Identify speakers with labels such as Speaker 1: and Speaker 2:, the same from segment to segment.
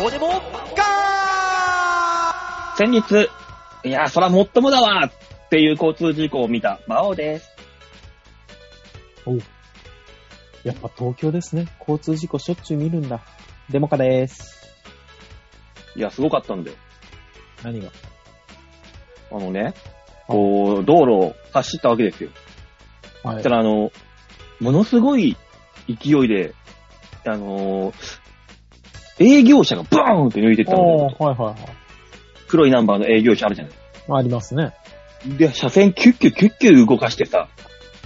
Speaker 1: どうでもガー
Speaker 2: 先日、いや、そらもっともだわっていう交通事故を見た、魔王です。
Speaker 3: やっぱ東京ですね。交通事故しょっちゅう見るんだ。デモカです。
Speaker 2: いや、すごかったんだよ。
Speaker 3: 何が
Speaker 2: あのね、こう、道路を走ったわけですよ。
Speaker 3: は
Speaker 2: そ
Speaker 3: い
Speaker 2: したら、あの、ものすごい勢いで、あの営業車がバーンって抜いてったの
Speaker 3: お
Speaker 2: よ。
Speaker 3: ー、はいはいはい。
Speaker 2: 黒いナンバーの営業車あるじゃない。
Speaker 3: まあ、ありますね。
Speaker 2: で、車線キュッキュッキュッキュ動かしてさ、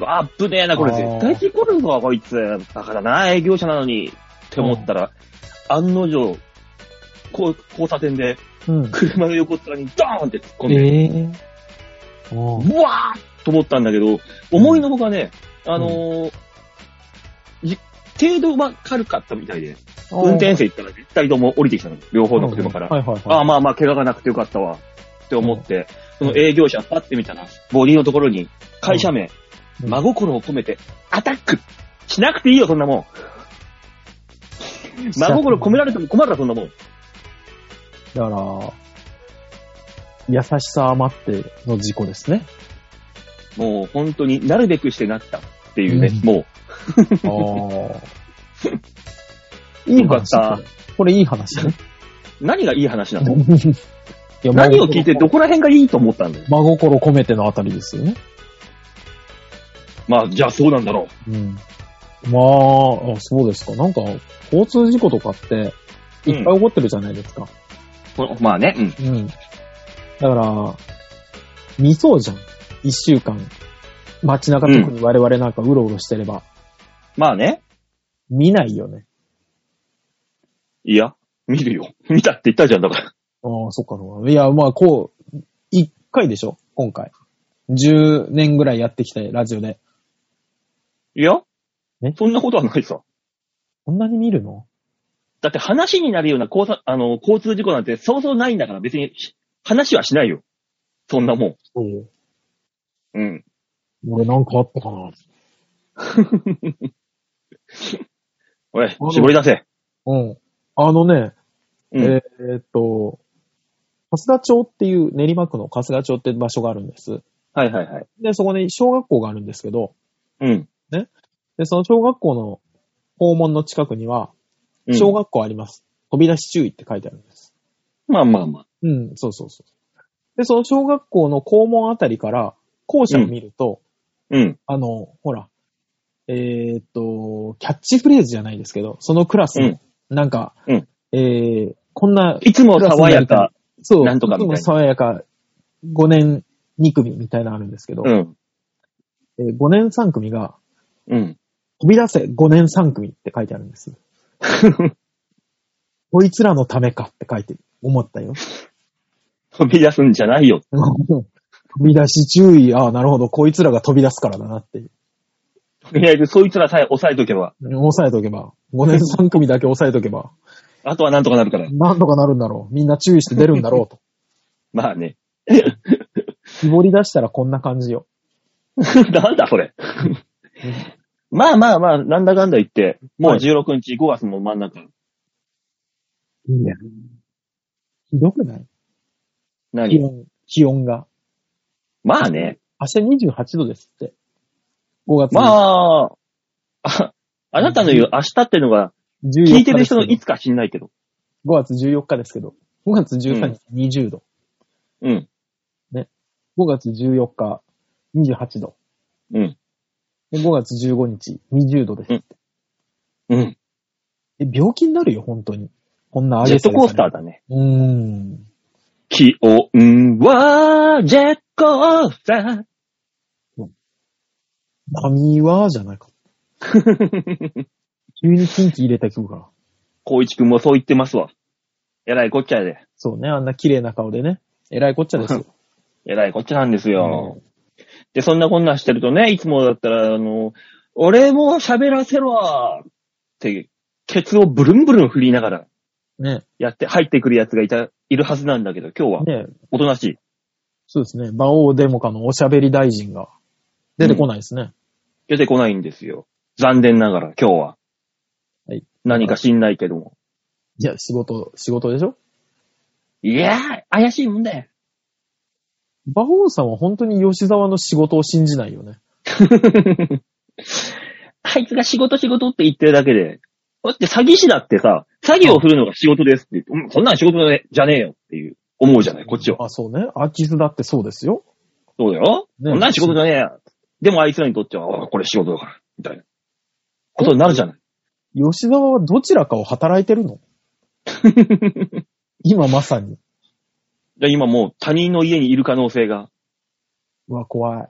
Speaker 2: あっぶねえな、これ
Speaker 3: あー
Speaker 2: 絶対事故るぞ、こいつ。バカだな、営業者なのに。って思ったら、案の定、こう交差点で
Speaker 3: うん。
Speaker 2: 車の横っ面にドーンって突っ込んで、
Speaker 3: ええー。おー
Speaker 2: うわーっと思ったんだけど、思いのほかね、あのーじ程度は軽かったみたいで、運転手行ったら絶対とも降りてきたの、両方の車から。
Speaker 3: はいはいはい。
Speaker 2: ああ、まあまあ、怪我がなくてよかったわ。って思って、その営業者パッて見たら、ボディのところに、会社名、
Speaker 3: うん
Speaker 2: 真心を込めて、アタックしなくていいよ、そんなもん。 真心込められても困るな、そんなもん。
Speaker 3: だから、優しさ余っての事故ですね。
Speaker 2: もう、本当になるべくしてなったっていうね、
Speaker 3: うん
Speaker 2: も
Speaker 3: ああ。
Speaker 2: う、いいかった。。
Speaker 3: これいい話 ね。
Speaker 2: 何がいい話なの
Speaker 3: いや
Speaker 2: 何を聞いてどこら辺がいいと思ったんだよ。
Speaker 3: 真心込めてのあたりですよね。
Speaker 2: まあ、じゃあそうなんだろ
Speaker 3: うん。まあ、あそうですか。なんか、交通事故とかって、
Speaker 2: う。う
Speaker 3: いっ
Speaker 2: ん
Speaker 3: ぱい起こってるじゃないですか。
Speaker 2: こまあね、うん。
Speaker 3: うん。だから、見そうじゃん。一週間。街中特に我々なんかうろうろしてれば。
Speaker 2: まあね、
Speaker 3: 見ないよね。
Speaker 2: いや、見るよ。見たって言ったじゃん、だから。
Speaker 3: ああ、そっかそっか。いや、まあ、こう、一回でしょ今回。10年ぐらいやってきて、ラジオで。
Speaker 2: いや
Speaker 3: え
Speaker 2: そんなことはないさ。
Speaker 3: こんなに見るの
Speaker 2: だって話になるような交差あの交通事故なんてそうそうないんだから別にし話はしないよ。そんなも
Speaker 3: そう。
Speaker 2: ん。うん。
Speaker 3: 俺なんかあったかな
Speaker 2: おい、絞り出せ。
Speaker 3: うん。あのね、
Speaker 2: うん。
Speaker 3: えーっと、春日町っていう、練馬区の春日町って場所があるんです。
Speaker 2: はいはいはい。
Speaker 3: で、そこに小学校があるんですけど、
Speaker 2: うん。
Speaker 3: で、その小学校の校門の近くに
Speaker 2: う
Speaker 3: は、
Speaker 2: ん
Speaker 3: 小学校あります。飛び出し注意って書いてあるんです。
Speaker 2: まあまあまあ。
Speaker 3: うん、そうそうそう。で、その小学校の校門あたりから、校舎を見ると、
Speaker 2: うん。
Speaker 3: あの、ほら、えーっと、キャッチフレーズじゃないですけど、そのクラスの、
Speaker 2: うん
Speaker 3: なんか、
Speaker 2: うん
Speaker 3: えー、こんない
Speaker 2: つも爽やか。
Speaker 3: そう。
Speaker 2: なんとかみたいない
Speaker 3: つも爽やか、5年2組みたいなのあるんですけど、
Speaker 2: うん。
Speaker 3: えー5年3組が、
Speaker 2: うん。
Speaker 3: 飛び出せ5年3組って書いてあるん です。こいつらのためかって書いて、思った よ。
Speaker 2: 飛び出すんじゃないよ。
Speaker 3: 飛び出し注意。ああ、なるほど。こいつらが飛び出すからだなっていう。
Speaker 2: とりあえずそいつらさえ抑えとけば、
Speaker 3: 押さえとけば。5年3組だけ押さえとけば。
Speaker 2: あとはなんとかなるから。
Speaker 3: なんとかなるんだろう。みんな注意して出るんだろうと。
Speaker 2: まあね。
Speaker 3: 絞り出したらこんな感じよ。
Speaker 2: なんだそ れ。まあまあまあ、なんだかんだ言って、もう16日、5月の真ん中。
Speaker 3: いいね。ひどくない気
Speaker 2: 何
Speaker 3: 温、気温が。
Speaker 2: まあね。
Speaker 3: 明日28度ですって。5月の
Speaker 2: まあ、あ、あなたの言う明日ってのが、
Speaker 3: 14日。
Speaker 2: 聞いてる人のいつか知んないけど。
Speaker 3: 5月14日ですけど、5月13日20度、
Speaker 2: うん。
Speaker 3: 5月14日28度、
Speaker 2: うん。
Speaker 3: で5月15日20度です。
Speaker 2: うん。
Speaker 3: え、病気になるよ、本当に。こんな上
Speaker 2: ジェ
Speaker 3: げ
Speaker 2: ットコースター
Speaker 3: だ。
Speaker 2: だね。
Speaker 3: うーん。
Speaker 2: 気温は、ジェットコースター。
Speaker 3: 波は、じゃないかった。急に近畿入れてくるから。
Speaker 2: 光一くんもそう言ってますわ。えらいこっちゃで。
Speaker 3: そうね、あんな綺麗な顔でね。えらいこっちゃですよ。
Speaker 2: えらいこっちゃなんですよ。で、そんなこんなんしてるとね、いつもだったら、あの、俺も喋らせろって、ケツをブルンブルン振りながら
Speaker 3: ね。
Speaker 2: やって、入ってくるやつがいた、いるはずなんだけど、今日は
Speaker 3: ね。
Speaker 2: おとなしい。
Speaker 3: そうですね。馬王デモカのおしゃべり大臣が出てこないですね。
Speaker 2: 出てこないんですよ。残念ながら、今日は。
Speaker 3: はい
Speaker 2: 何か知んないけども。
Speaker 3: いや、仕事、仕事でしょ
Speaker 2: いやー、怪しいもんだよ。
Speaker 3: 馬王さんは本当に吉沢の仕事を信じないよね。
Speaker 2: あいつが仕事仕事って言ってるだけで、だって詐欺師だってさ、詐欺を振るのが仕事ですって言って、うん、そんなん仕事じゃねえよっていう、思うじゃない、こっちは。
Speaker 3: あ、そうね。アーキスだってそうですよ。
Speaker 2: そうだよ。
Speaker 3: ね
Speaker 2: そんなん仕事じゃねえや。でもあいつらにとっては、あこれ仕事だから、みたいな。ことになるじゃない。
Speaker 3: 吉沢はどちらかを働いてる の今まさに。
Speaker 2: で今もう他人の家にいる可能性が。
Speaker 3: うわ、怖い。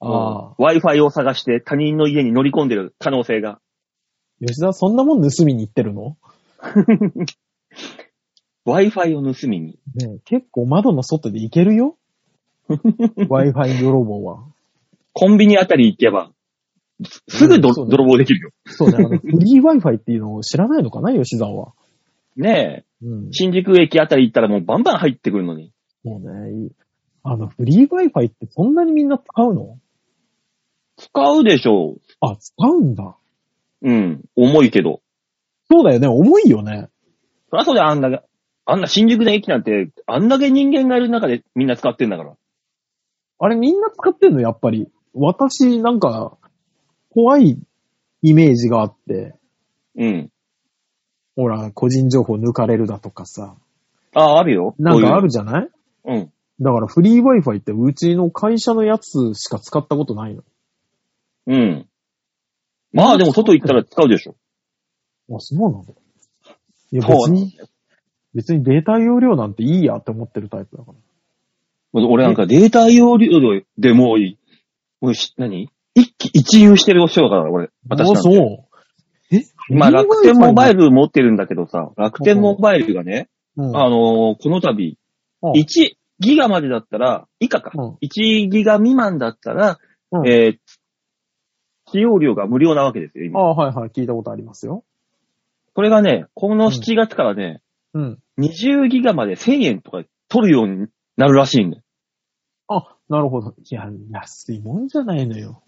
Speaker 3: ああ。
Speaker 2: Wi-Fi を探して他人の家に乗り込んでる可能性が。
Speaker 3: 吉沢そんなもん盗みに行ってるの
Speaker 2: Wi-Fi を盗みに。
Speaker 3: ねえ結構窓の外で行けるよ。Wi-Fi 泥棒は。
Speaker 2: コンビニあたり行けば、すすぐど、
Speaker 3: うんそうね
Speaker 2: 泥棒できるよ。
Speaker 3: そうね。あの、フリー Wi-Fi っていうのを知らないのかな、吉沢は。
Speaker 2: ねえ。
Speaker 3: うん。
Speaker 2: 新宿駅あたり行ったらもうバンバン入ってくるのに。
Speaker 3: もうね、いいあの、フリー Wi-Fi ってそんなにみんな使うの
Speaker 2: 使うでしょう。
Speaker 3: あ、使うんだ。
Speaker 2: うん。重いけど。
Speaker 3: そうだよね、重いよね。
Speaker 2: そりゃそうだよ、あんな、あんな新宿の駅なんて、あんだけ人間がいる中でみんな使ってんだから。
Speaker 3: あれみんな使ってんの、やっぱり。私、なんか、怖いイメージがあって、
Speaker 2: うん。
Speaker 3: ほら、個人情報抜かれるだとかさ。
Speaker 2: ああ、あるよ。
Speaker 3: なんかあ
Speaker 2: る。
Speaker 3: るじゃない
Speaker 2: うん。
Speaker 3: だからフリー Wi-Fi ってうちの会社のやつしか使ったことないの。
Speaker 2: うん。まあでも外行ったら使うでしょ。
Speaker 3: あ、そうなのいや、
Speaker 2: そう
Speaker 3: 別に、別にデータ容量なんていいやって思ってるタイプだから。
Speaker 2: 俺なんかデータ容量でもういい、もうし、何一気一遊してる人だから、俺。私
Speaker 3: あ、
Speaker 2: なんて
Speaker 3: そう。え
Speaker 2: まあ楽天モバイ
Speaker 3: ル、
Speaker 2: ル持ってるんだけどさ、楽天モバイルがね、
Speaker 3: うん、
Speaker 2: あのーこの度、
Speaker 3: うん、
Speaker 2: 1ギガまでだったら、以下か。
Speaker 3: うん
Speaker 2: 1ギガ未満だったら、
Speaker 3: うん
Speaker 2: えー使用量が無料なわけですよ、
Speaker 3: あ
Speaker 2: 今。
Speaker 3: あ、はいはい、聞いたことありますよ。
Speaker 2: これがね、この7月からね、
Speaker 3: うん。
Speaker 2: 20ギガまで1000円とか取るようになるらしいんだよ。
Speaker 3: あ、なるほど。いや、安いもんじゃないのよ。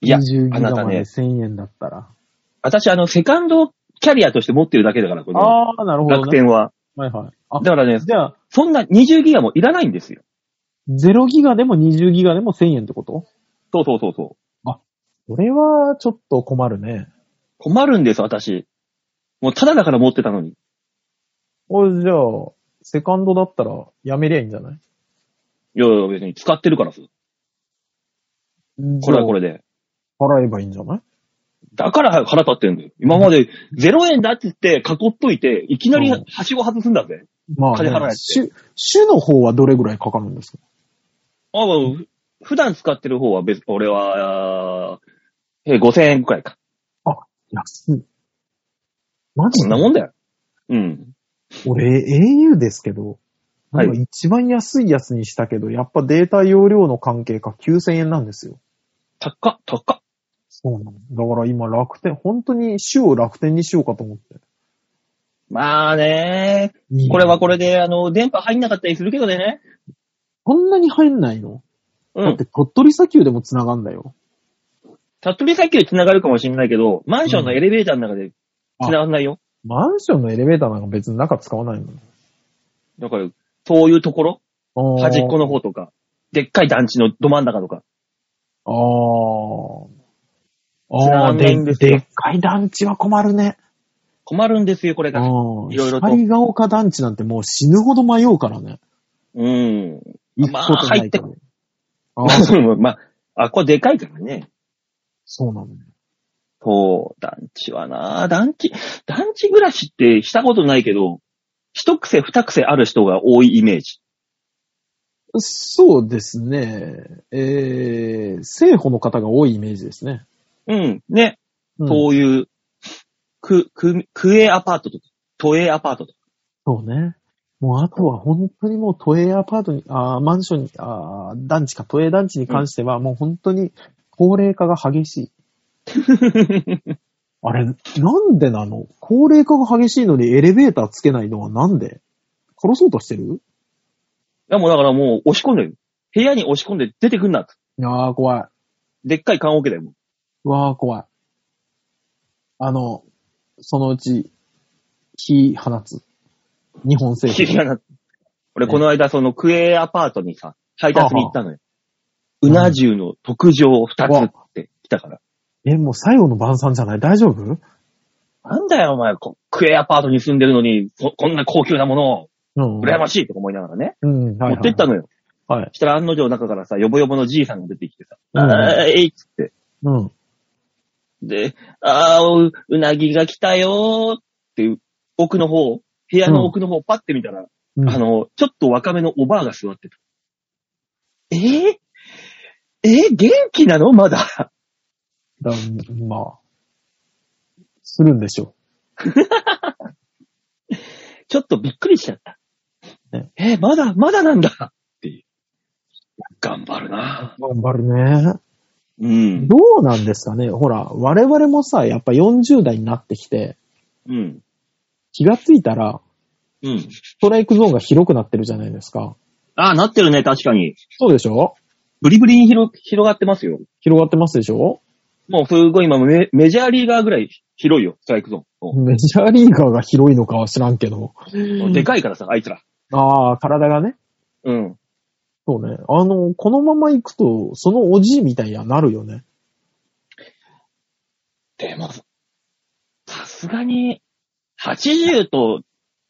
Speaker 2: いや
Speaker 3: 20ギガ
Speaker 2: あなた
Speaker 3: まで
Speaker 2: ね
Speaker 3: 1000円だったら。
Speaker 2: 私、あの、セカンドキャリアとして持ってるだけだから、この
Speaker 3: ああ、なるほど、
Speaker 2: 楽
Speaker 3: ね。
Speaker 2: 天は。
Speaker 3: はいはい。あ、
Speaker 2: だからね、
Speaker 3: じゃあ、
Speaker 2: そんな20ギガもいらないんですよ。
Speaker 3: 0ギガでも20ギガでも1000円ってこと
Speaker 2: そうそうそうそう。
Speaker 3: これはちょっと困るね。
Speaker 2: 困るんです、私。もう、ただだから持ってたのに。
Speaker 3: おいじゃあ、セカンドだったらやめりゃいいんじゃない
Speaker 2: いやいや、別に使ってるからさ。これはこれで。
Speaker 3: 払えばいいんじゃない
Speaker 2: だから腹立ってんだよ。今まで0円だって言って囲っといて、いきなり
Speaker 3: うん
Speaker 2: はしご外すんだぜ。
Speaker 3: まあ、
Speaker 2: 金払えっ
Speaker 3: ね、
Speaker 2: て
Speaker 3: 主、主の方はどれぐらいかかるんですか
Speaker 2: あふ普段使ってる方は別、俺は、えー5000円くらいか。
Speaker 3: 安い。マジ
Speaker 2: そんなもんだよ。うん。
Speaker 3: 俺、au ですけど、
Speaker 2: はい
Speaker 3: なんか一番安いやつにしたけど、やっぱデータ容量の関係か9000円なんですよ。
Speaker 2: 高っ、高っ。
Speaker 3: そうなの。だから今楽天、本当に主を楽天にしようかと思って。
Speaker 2: まあね、これはこれで、あの、電波入んなかったりするけどね。
Speaker 3: こんなに入んないの、
Speaker 2: う
Speaker 3: だっ
Speaker 2: ん。
Speaker 3: て鳥取砂丘でも繋がんだよ。
Speaker 2: たっとり先で繋がるかもしれないけど、マンションのエレベーターの中で
Speaker 3: あ
Speaker 2: 繋がんないよ。
Speaker 3: マンションのエレベーターなんか別に中使わないもん。
Speaker 2: だから、そういうところ
Speaker 3: あー
Speaker 2: 端っこの方とか、でっかい団地のど真ん中とか。繋が
Speaker 3: あー。ああ
Speaker 2: ん
Speaker 3: ー、
Speaker 2: ないん
Speaker 3: で、
Speaker 2: です
Speaker 3: で
Speaker 2: よ
Speaker 3: っかい団地は困るね。
Speaker 2: 困るんですよ、これ
Speaker 3: ああ
Speaker 2: が。いろいろと
Speaker 3: 海が丘団地なんてもう死ぬほど迷うからね。
Speaker 2: うん。
Speaker 3: 行くことないから、ね。ああー、
Speaker 2: まあ、あ、これでかいからね。
Speaker 3: そうなのね。
Speaker 2: そう、団地はな、団地、団地暮らしってしたことないけど、一癖二癖ある人が多いイメージ。
Speaker 3: そうですね。えー、生保の方が多いイメージですね。
Speaker 2: うん。ね。
Speaker 3: うん
Speaker 2: そういう、く、く、区営アパートとか、都営アパートとか。
Speaker 3: そうね。もうあとは本当にもう都営アパートに、あーマンションに、あー団地か、都営団地に関してはもう本当に高齢化が激しい。 あれ、なんでなの高齢化が激しいのにエレベーターつけないのはなんで殺そうとしてる
Speaker 2: いや、もうだからもう押し込んでる。部屋に押し込んで出てくんな。
Speaker 3: ああ、怖い。
Speaker 2: でっかい缶オケだよ。もう
Speaker 3: うわあ、怖い。あの、そのうち、火放つ。日本製
Speaker 2: 知
Speaker 3: 品。
Speaker 2: らな俺、この間、その、クエアパートにさ、配達に行ったのよ。うな重の特上を二つって来たから。
Speaker 3: え、もう最後の晩餐じゃない大丈夫
Speaker 2: なんだよ、お前、こクエアパートに住んでるのに、ここんな高級なものを、
Speaker 3: うん。
Speaker 2: 羨ましいとか思いながらね、
Speaker 3: うん、はいはい
Speaker 2: 持ってったのよ。
Speaker 3: はい。
Speaker 2: そしたら案の定中からさ、ヨボヨボのじいさんが出てきてさ、
Speaker 3: うん
Speaker 2: あーえいっつって、
Speaker 3: うん。
Speaker 2: で、ああ、ううなぎが来たよーって、奥の方、部屋の奥の方パッて見たら、
Speaker 3: うん
Speaker 2: あの、ちょっと若めのおばあが座ってた。えー、えー元気なのまだ。
Speaker 3: だまあ、するんでしょ
Speaker 2: ちょっとびっくりしちゃった。
Speaker 3: ね
Speaker 2: えーまだ、まだなんだっていう。頑張るな
Speaker 3: う。頑張るね。
Speaker 2: うん。
Speaker 3: どうなんですかねほら、我々もさ、やっぱ40代になってきて、
Speaker 2: うん。
Speaker 3: 気がついたら、
Speaker 2: うん。
Speaker 3: ストライクゾーンが広くなってるじゃないですか。
Speaker 2: ああ、なってるね、確かに。
Speaker 3: そうでしょ
Speaker 2: ブリブリに広、広がってますよ。
Speaker 3: 広がってますでしょ
Speaker 2: もうすごい今メ、メジャーリーガーぐらい広いよ、ストライクゾーン。
Speaker 3: メジャーリーガーが広いのかは知らんけど。
Speaker 2: うんでかいからさ、あいつら。
Speaker 3: ああ、体がね。
Speaker 2: うん。
Speaker 3: そうね。あの、このまま行くと、そのおじいみたいにはなるよね。
Speaker 2: でも、さすがに、80と、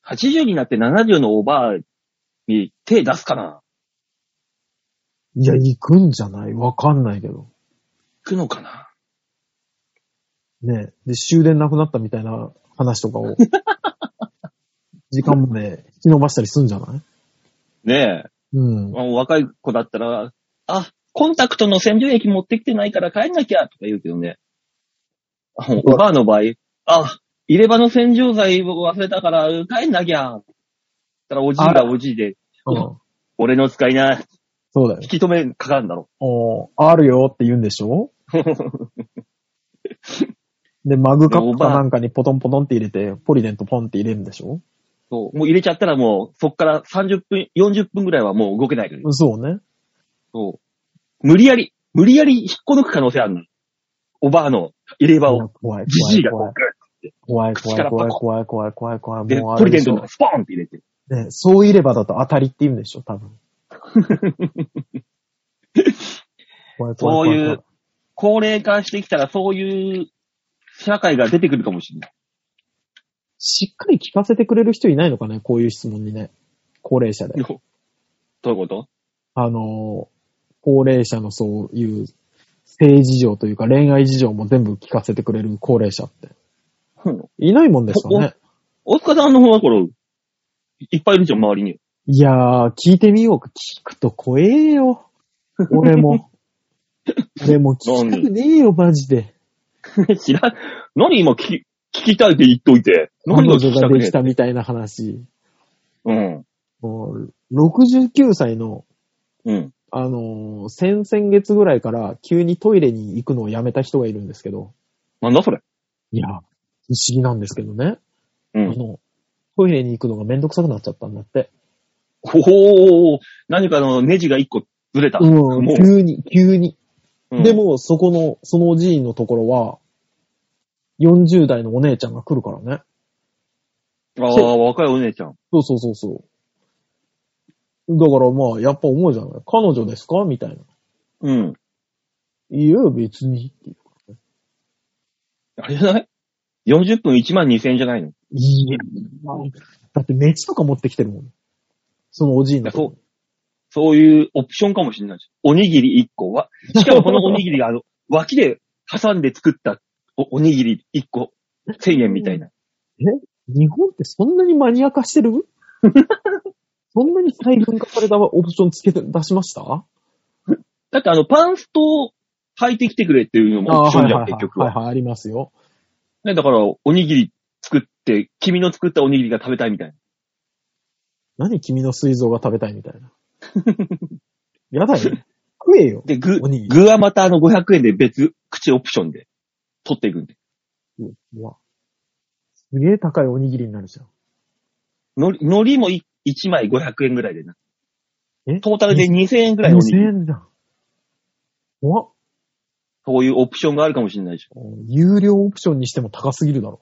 Speaker 2: 80になって70のおばあに手出すかない
Speaker 3: や、行くんじゃないわかんないけど。
Speaker 2: 行くのかな
Speaker 3: ねえ。で、終電なくなったみたいな話と かを。時間もね、引き延ばしたりすんじゃない
Speaker 2: ねえ。
Speaker 3: うん。
Speaker 2: あ若い子だったら、あ、コンタクトの洗浄液持ってきてないから帰んなきゃとか言うけどね。あおばあの場合、あ、入れ歯の洗浄剤を忘れたから帰んなきゃ。たらおじい
Speaker 3: あら
Speaker 2: がおじいで、
Speaker 3: うん
Speaker 2: 俺の使いな、
Speaker 3: そうだよ。
Speaker 2: 引き止めかかるんだろ。
Speaker 3: おーあるよって言うんで しょで、マグカップかなんかにポトンポトンって入れて、ポリデントポンって入れるんでしょ
Speaker 2: そう。もう入れちゃったらもう、そっから30分、40分ぐらいはもう動けないから。
Speaker 3: そうね。
Speaker 2: そう。無理やり、無理やり引っこ抜く可能性あるの。おばあの入れ歯を、
Speaker 3: 怖い、怖い、
Speaker 2: じじいがこ、
Speaker 3: 怖いう
Speaker 2: グッ
Speaker 3: 怖い、
Speaker 2: 口から
Speaker 3: 怖い、
Speaker 2: パコ
Speaker 3: 怖い、怖い、怖い、怖い、
Speaker 2: で、
Speaker 3: もうあ
Speaker 2: ポ
Speaker 3: れ
Speaker 2: リデン
Speaker 3: でし
Speaker 2: ト
Speaker 3: ょ
Speaker 2: のスポーンって入れて。
Speaker 3: ね、そういればだと当たりって言うんでし ょ、多分。怖い怖い怖い怖い
Speaker 2: そういう。高齢化してきたらそういう社会が出てくるかもしれない。
Speaker 3: しっかり聞かせてくれる人いないのかね、こういう質問にね。高齢者で。
Speaker 2: どういうこと
Speaker 3: あのー、高齢者のそういう性事情というか恋愛事情も全部聞かせてくれる高齢者って。
Speaker 2: うん
Speaker 3: いないもんですかね。
Speaker 2: 大塚さんの方はこれ、いっぱいいるじゃん、周 りに。
Speaker 3: いやー、聞いてみようか。聞くと怖えよ。俺も。俺も聞きたくねえよ、マジで。
Speaker 2: 知らん。何今聞き、聞きたいって言っといて。
Speaker 3: 彼
Speaker 2: 何を
Speaker 3: 女
Speaker 2: 聞き
Speaker 3: が
Speaker 2: たく
Speaker 3: で
Speaker 2: ね
Speaker 3: きたみたいな話。
Speaker 2: えうん。
Speaker 3: もう、69歳の、
Speaker 2: うん。
Speaker 3: あのー先々月ぐらいから急にトイレに行くのをやめた人がいるんですけど、
Speaker 2: なんだそれ。
Speaker 3: いや、不思議なんですけどね。
Speaker 2: う
Speaker 3: あ
Speaker 2: ん。
Speaker 3: の、トイレに行くのがめんどくさくなっちゃったんだって。
Speaker 2: おお何かのネジが一個ずれた。
Speaker 3: うん、
Speaker 2: も
Speaker 3: 急に、急に。
Speaker 2: う、うん
Speaker 3: で、も、そこの、そのおじいのところは、40代のお姉ちゃんが来るからね。
Speaker 2: ああ、若いお姉ちゃん。
Speaker 3: そうそうそうそう。だからまあ、やっぱ思うじゃない彼女ですかみたいな。
Speaker 2: うん。
Speaker 3: いや、別に。
Speaker 2: あれじゃない ?40 分1万2000円じゃないの
Speaker 3: いや、だって飯とか持ってきてるもん。そのおじいのとこ。
Speaker 2: そうそういうオプションかもしれないし。おにぎり1個 は。しかもこのおにぎりが、あの、脇で挟んで作ったおおにぎり1個、1000円みたいな。
Speaker 3: 日本ってそんなにマニア化して るそんなに細分化されたオプションつけて出しました
Speaker 2: だってあの、パンスト履いてきてくれっていうのもオプションじゃん、
Speaker 3: はいはいは
Speaker 2: 結
Speaker 3: い
Speaker 2: 局
Speaker 3: はい
Speaker 2: は。
Speaker 3: はい、ありますよ。
Speaker 2: ね、だから、おにぎり作って、君の作ったおにぎりが食べたいみたいな。
Speaker 3: 何君の膵臓が食べたいみたい な。やだよ。食えよ。
Speaker 2: で、具
Speaker 3: おにぎり、
Speaker 2: 具はまたあの500円で別、口オプションで取っていくんで。
Speaker 3: うわすげえ高いおにぎりになるじゃん。
Speaker 2: のり、のりも1枚500円ぐらいでな。
Speaker 3: え
Speaker 2: トータルで2000円ぐらいのおにぎり
Speaker 3: 2000円じゃん。うわ
Speaker 2: そういうオプションがあるかもしれないでしょ。
Speaker 3: 有料オプションにしても高すぎるだろ。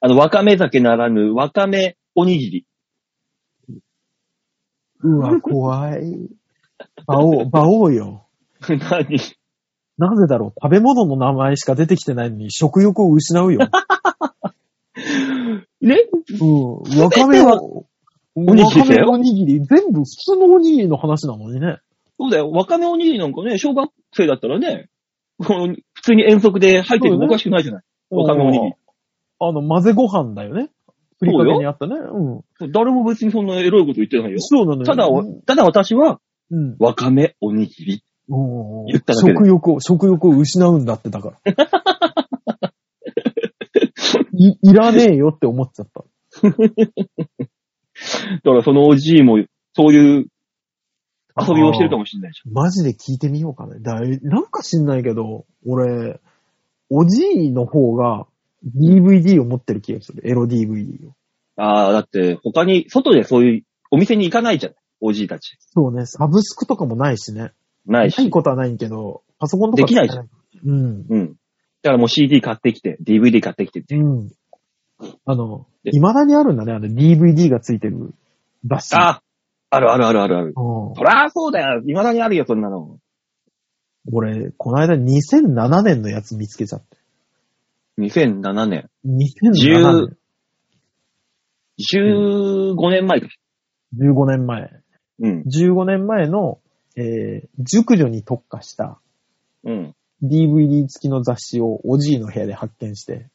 Speaker 2: あの、わかめ酒ならぬ、わかめおにぎり。
Speaker 3: うわ、怖い。馬王、馬王よ。
Speaker 2: 何
Speaker 3: なぜだろう食べ物の名前しか出てきてないのに食欲を失うよ。
Speaker 2: ね
Speaker 3: うん。わかめ
Speaker 2: は
Speaker 3: を、
Speaker 2: おにぎり
Speaker 3: わか
Speaker 2: だ
Speaker 3: め
Speaker 2: よ
Speaker 3: おにぎり、全部普通のおにぎりの話なのにね。
Speaker 2: そうだよ。わかめおにぎりなんかね、小学生だったらね、この普通に遠足で入っててもおかしくないじゃない。わかめおにぎり
Speaker 3: あの、混ぜご飯だよね。ふりかけにあったね。うん。
Speaker 2: 誰も別にそんなエロいこと言ってないよ。
Speaker 3: そうなのよ。
Speaker 2: ただ、おただ私は、
Speaker 3: うん。
Speaker 2: わかめおにぎり。
Speaker 3: おー
Speaker 2: 言っただけで
Speaker 3: 食欲を、食欲を失うんだって、だから。 い、いらねえよって思っちゃった。
Speaker 2: だからそのおじいも、そういう遊びをしてるかもしれないじ
Speaker 3: マジで聞いてみようかね。だいなんか知んないけど、俺、おじいの方が DVD を持ってる気がする。エロ DVD を。
Speaker 2: ゃん。ああ、だって他に、外でそういうお店に行かないじゃん。おじいたち。
Speaker 3: そうね、サブスクとかもないしね。
Speaker 2: ない
Speaker 3: ない
Speaker 2: し。
Speaker 3: ことはないけど、パソコンとか
Speaker 2: できないじゃ
Speaker 3: ん。うん。
Speaker 2: うん。だからもう CD 買ってきて、DVD 買ってきてって。
Speaker 3: うん。あの、
Speaker 2: で
Speaker 3: 未だにあるんだね、あの DVD がついてる雑誌。
Speaker 2: ああ、あるあるあるあるある。
Speaker 3: うん
Speaker 2: そらそうだよ。未だにあるよ、そんなの。
Speaker 3: 俺、この間2007年のやつ見つけちゃって。
Speaker 2: 2007年。
Speaker 3: 2007年。
Speaker 2: 15年前か。
Speaker 3: 15年前。
Speaker 2: うん。
Speaker 3: 15年前の、えー、熟女に特化した
Speaker 2: うん。
Speaker 3: DVD 付きの雑誌をおじいの部屋で発見して。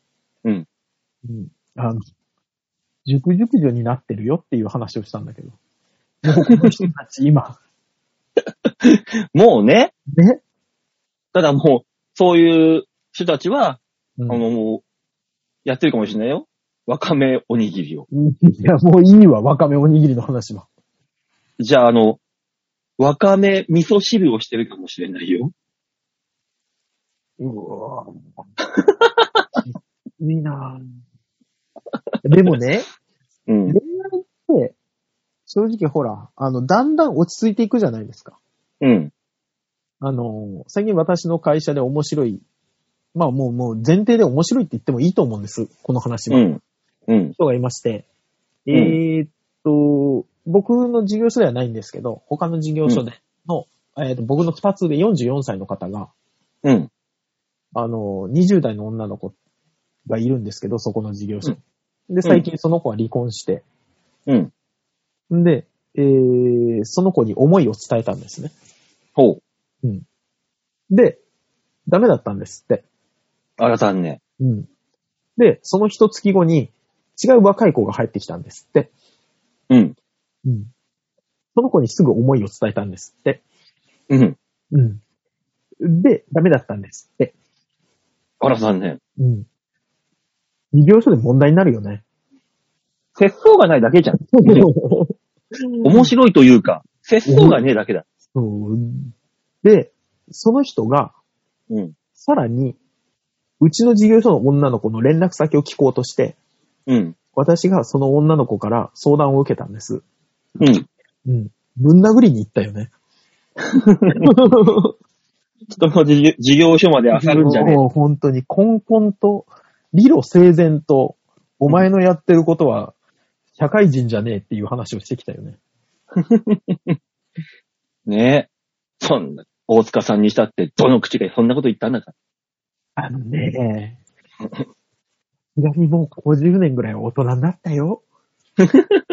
Speaker 2: うん。
Speaker 3: うん。あの、熟熟女になってるよっていう話をしたんだけど。もうこの人たち 今、
Speaker 2: もうね、
Speaker 3: ね、
Speaker 2: ただもう、そういう人たちは、あ
Speaker 3: うん
Speaker 2: のもう、やってるかもしれないよ。わかめおにぎりを。
Speaker 3: いや、もういいわ、わかめおにぎりの話は。
Speaker 2: じゃあ、あの、わかめ味噌汁をしてるかもしれないよ。
Speaker 3: うわぁ。いいなぁ。でもね、
Speaker 2: うん。
Speaker 3: 恋愛って、正直ほら、あの、だんだん落ち着いていくじゃないですか。
Speaker 2: うん。
Speaker 3: あの、最近私の会社で面白い、まあもうもう前提で面白いって言ってもいいと思うんです、この話は。
Speaker 2: うん。うん。
Speaker 3: 人がいまして、
Speaker 2: ん
Speaker 3: えーっと、僕の事業所ではないんですけど、他の事業所での、えーっと僕の二つで44歳の方が、
Speaker 2: うん。
Speaker 3: あの、20代の女の子がいるんですけど、そこの事業所。で、最近その子は離婚して、
Speaker 2: うん。
Speaker 3: んで、えー、その子に思いを伝えたんですね。
Speaker 2: ほう。
Speaker 3: で、ダメだったんですって。
Speaker 2: あらたんね。
Speaker 3: うん。で、その一月後に違う若い子が入ってきたんですって。
Speaker 2: うん。
Speaker 3: うん。その子にすぐ思いを伝えたんですって。
Speaker 2: うん。
Speaker 3: うん。で、ダメだったんですって。
Speaker 2: あらたんね。
Speaker 3: うん。事業所で問題になるよ ね。
Speaker 2: 節操がないだけじゃん。 面白いというか、節操がねえだけだ。
Speaker 3: そう。で、その人が、
Speaker 2: うん。
Speaker 3: さらに、うちの事業所の女の子の連絡先を聞こうとして、
Speaker 2: うん。
Speaker 3: 私がその女の子から相談を受けたんです。
Speaker 2: うん。
Speaker 3: うん。ぶん殴りに行った よね。
Speaker 2: 人の事事業所まで漁るんじゃね
Speaker 3: もう本当に、根本と、理路整然と、お前のやってることは、社会人じゃねえっていう話をしてきたよね。
Speaker 2: え。ねえ。そんな、大塚さんにしたって、どの口がそんなこと言ったんだか。
Speaker 3: あの ね、ちなみにもう50年ぐらいは大人になったよ。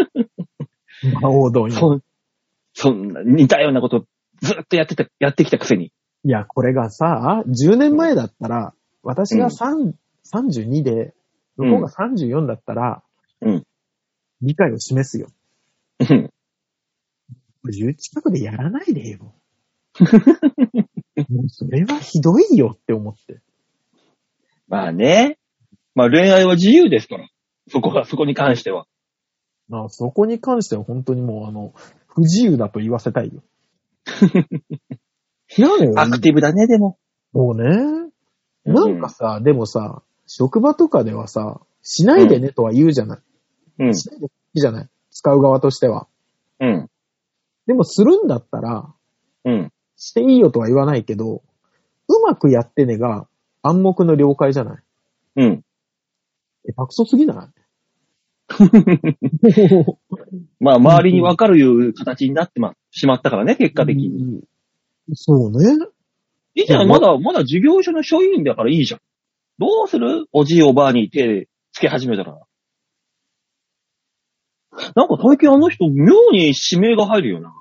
Speaker 3: 魔王道に。
Speaker 2: そん、そんな、似たようなことずっとやってた、やってきたくせに。
Speaker 3: いや、これがさ、10年前だったら、私が3 32で、
Speaker 2: うん
Speaker 3: 向こうが34だったら、
Speaker 2: うん
Speaker 3: 理解を示すよ。
Speaker 2: うん。
Speaker 3: 10近くでやらないで よ。もうそれはひどいよって思って。
Speaker 2: まあね。まあ恋愛は自由ですから。そこは、そこに関しては。
Speaker 3: まあ、そこに関しては本当にもう、あの、不自由だと言わせた いよ。違うのよ。
Speaker 2: アクティブだね、でも。
Speaker 3: もうね。なんかさ、でもさ、職場とかではさ、しないでねとは言うじゃない。
Speaker 2: うん。
Speaker 3: しないでいいじゃない。使う側としては。
Speaker 2: うん。
Speaker 3: でもするんだったら、
Speaker 2: うん。
Speaker 3: していいよとは言わないけど、うまくやってねが暗黙の了解じゃない。
Speaker 2: うん。
Speaker 3: え、爆走すぎないもう
Speaker 2: まあ、周りに分かるいう形になってま、しまったからね、結果的に。
Speaker 3: うんそうね。
Speaker 2: いいじゃ、
Speaker 3: うんん
Speaker 2: まだ、まだ事業所の所員だからいいじゃん。どうするおじいおばあに手つけ始めたら。なんか最近あの人、妙に指名が入るよな。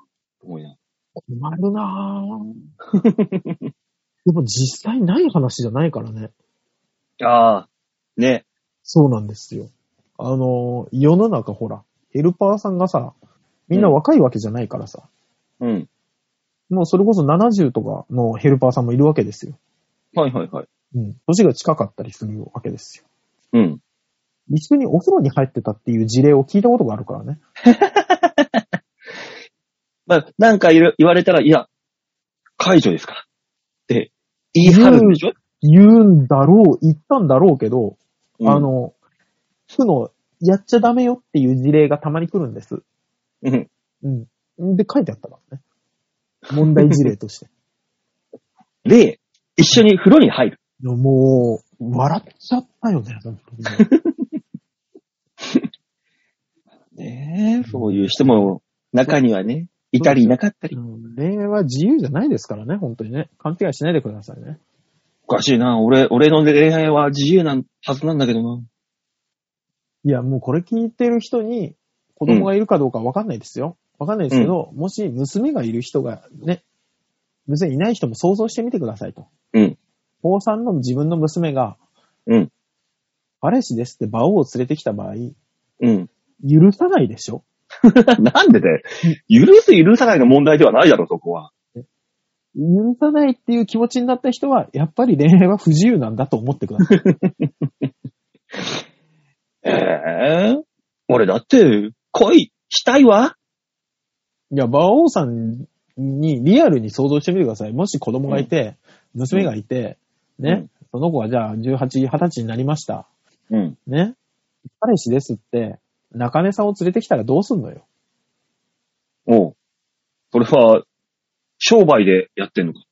Speaker 2: 思いながら
Speaker 3: 困るなぁ。でも実際ない話じゃないからね。
Speaker 2: ああ、ね。
Speaker 3: そうなんですよ。あのー、世の中ほら、ヘルパーさんがさ、みんな若いわけじゃないからさ、
Speaker 2: うん。
Speaker 3: もうそれこそ70とかのヘルパーさんもいるわけですよ。
Speaker 2: はいはいはい。
Speaker 3: うん。年が近かったりするわけですよ。
Speaker 2: うん。
Speaker 3: 一緒にお風呂に入ってたっていう事例を聞いたことがあるからね。
Speaker 2: まあ、なんか言う言われたら、いや、解除ですから。って言い張るんでしょ、
Speaker 3: 言うんだろう、言ったんだろうけど、
Speaker 2: うん
Speaker 3: あ、の、区の、やっちゃダメよっていう事例がたまに来るんです。
Speaker 2: うん。
Speaker 3: うん。で、書いてあったから ね。問題事例として。
Speaker 2: で、一緒に風呂に入る。
Speaker 3: いやもう、笑っちゃったよね、本当に。
Speaker 2: ねえ、そういう人も中にはね、いたりいなかったり。
Speaker 3: うん恋愛は自由じゃないですからね、本当にね。勘違いしないでくださいね。
Speaker 2: おかしいな。俺、俺の恋愛は自由なんはずなんだけどな。
Speaker 3: いや、もうこれ聞いてる人に、子供がいるかどうかわかんないですよ。わかんないですけど、もし娘がいる人がね、娘いない人も想像してみてくださいと。
Speaker 2: うん。
Speaker 3: 高3の自分の娘が、
Speaker 2: うん。
Speaker 3: 彼氏ですって馬王を連れてきた場合、
Speaker 2: うん。
Speaker 3: 許さないでしょ
Speaker 2: なんでだよ。許す許さないの問題ではないだろ、そこは。
Speaker 3: 許さないっていう気持ちになった人は、やっぱり恋愛は不自由なんだと思って ください。
Speaker 2: ええ俺だって、恋したいわ。
Speaker 3: いや、馬王さんにリアルに想像してみてください。もし子供がいて、娘がいて、ね、その子がじゃあ18、20歳になりました。
Speaker 2: うん。
Speaker 3: ね。彼氏ですって、中根さんを連れてきたらどうすんのよ。
Speaker 2: うん。おう。それは、商売でやってんのか。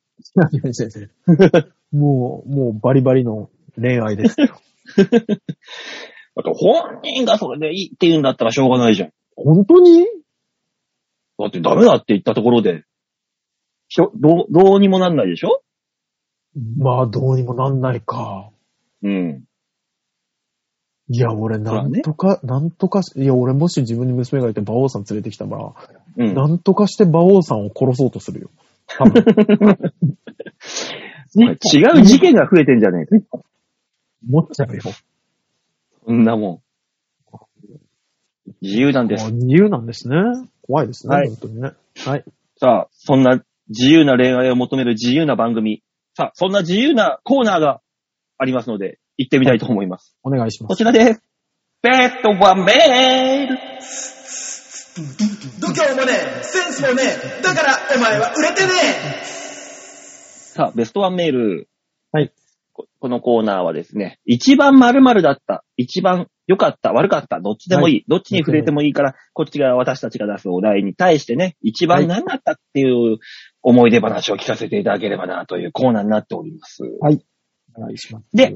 Speaker 3: 先生。 もう、もうバリバリの恋愛です。
Speaker 2: あと、本人がそれでいいって言うんだったらしょうがないじゃん。
Speaker 3: 本当に
Speaker 2: だってダメだって言ったところで、ひょどう、どうにもなんないでしょ
Speaker 3: まあ、どうにもなんないか。
Speaker 2: うん。
Speaker 3: いや、俺、なんとか、なんとかし、いや、俺もし自分に娘がいて馬王さん連れてきたから、
Speaker 2: うん。
Speaker 3: なんとかして馬王さんを殺そうとするよ。多 分
Speaker 2: お前違う事件が増えてんじゃねえか。
Speaker 3: 持っちゃうよ。
Speaker 2: そんなもん。自由なんです
Speaker 3: あ。自由なんですね。怖いですね、
Speaker 2: はい
Speaker 3: 本当にね。はい。
Speaker 2: さあ、そんな自由な恋愛を求める自由な番組。さあ、そんな自由なコーナーがありますので、行ってみたいと思います。
Speaker 3: お願いします
Speaker 2: こ。ちらです。ベッドはメール
Speaker 1: 度胸もねえ、センスもねえ、だからお前は売れてねえ
Speaker 2: さあ、ベストワンメール。
Speaker 3: はい
Speaker 2: こ。このコーナーはですね、一番〇〇だった、一番良かった、悪かった、どっちでもいい、どっちに触れてもいいから、こっちが私たちが出すお題に対してね、一
Speaker 3: は
Speaker 2: 番
Speaker 3: い
Speaker 2: 何だったっていう思い出話を聞かせていただければなというコーナーになっております。
Speaker 3: お願いします。
Speaker 2: で、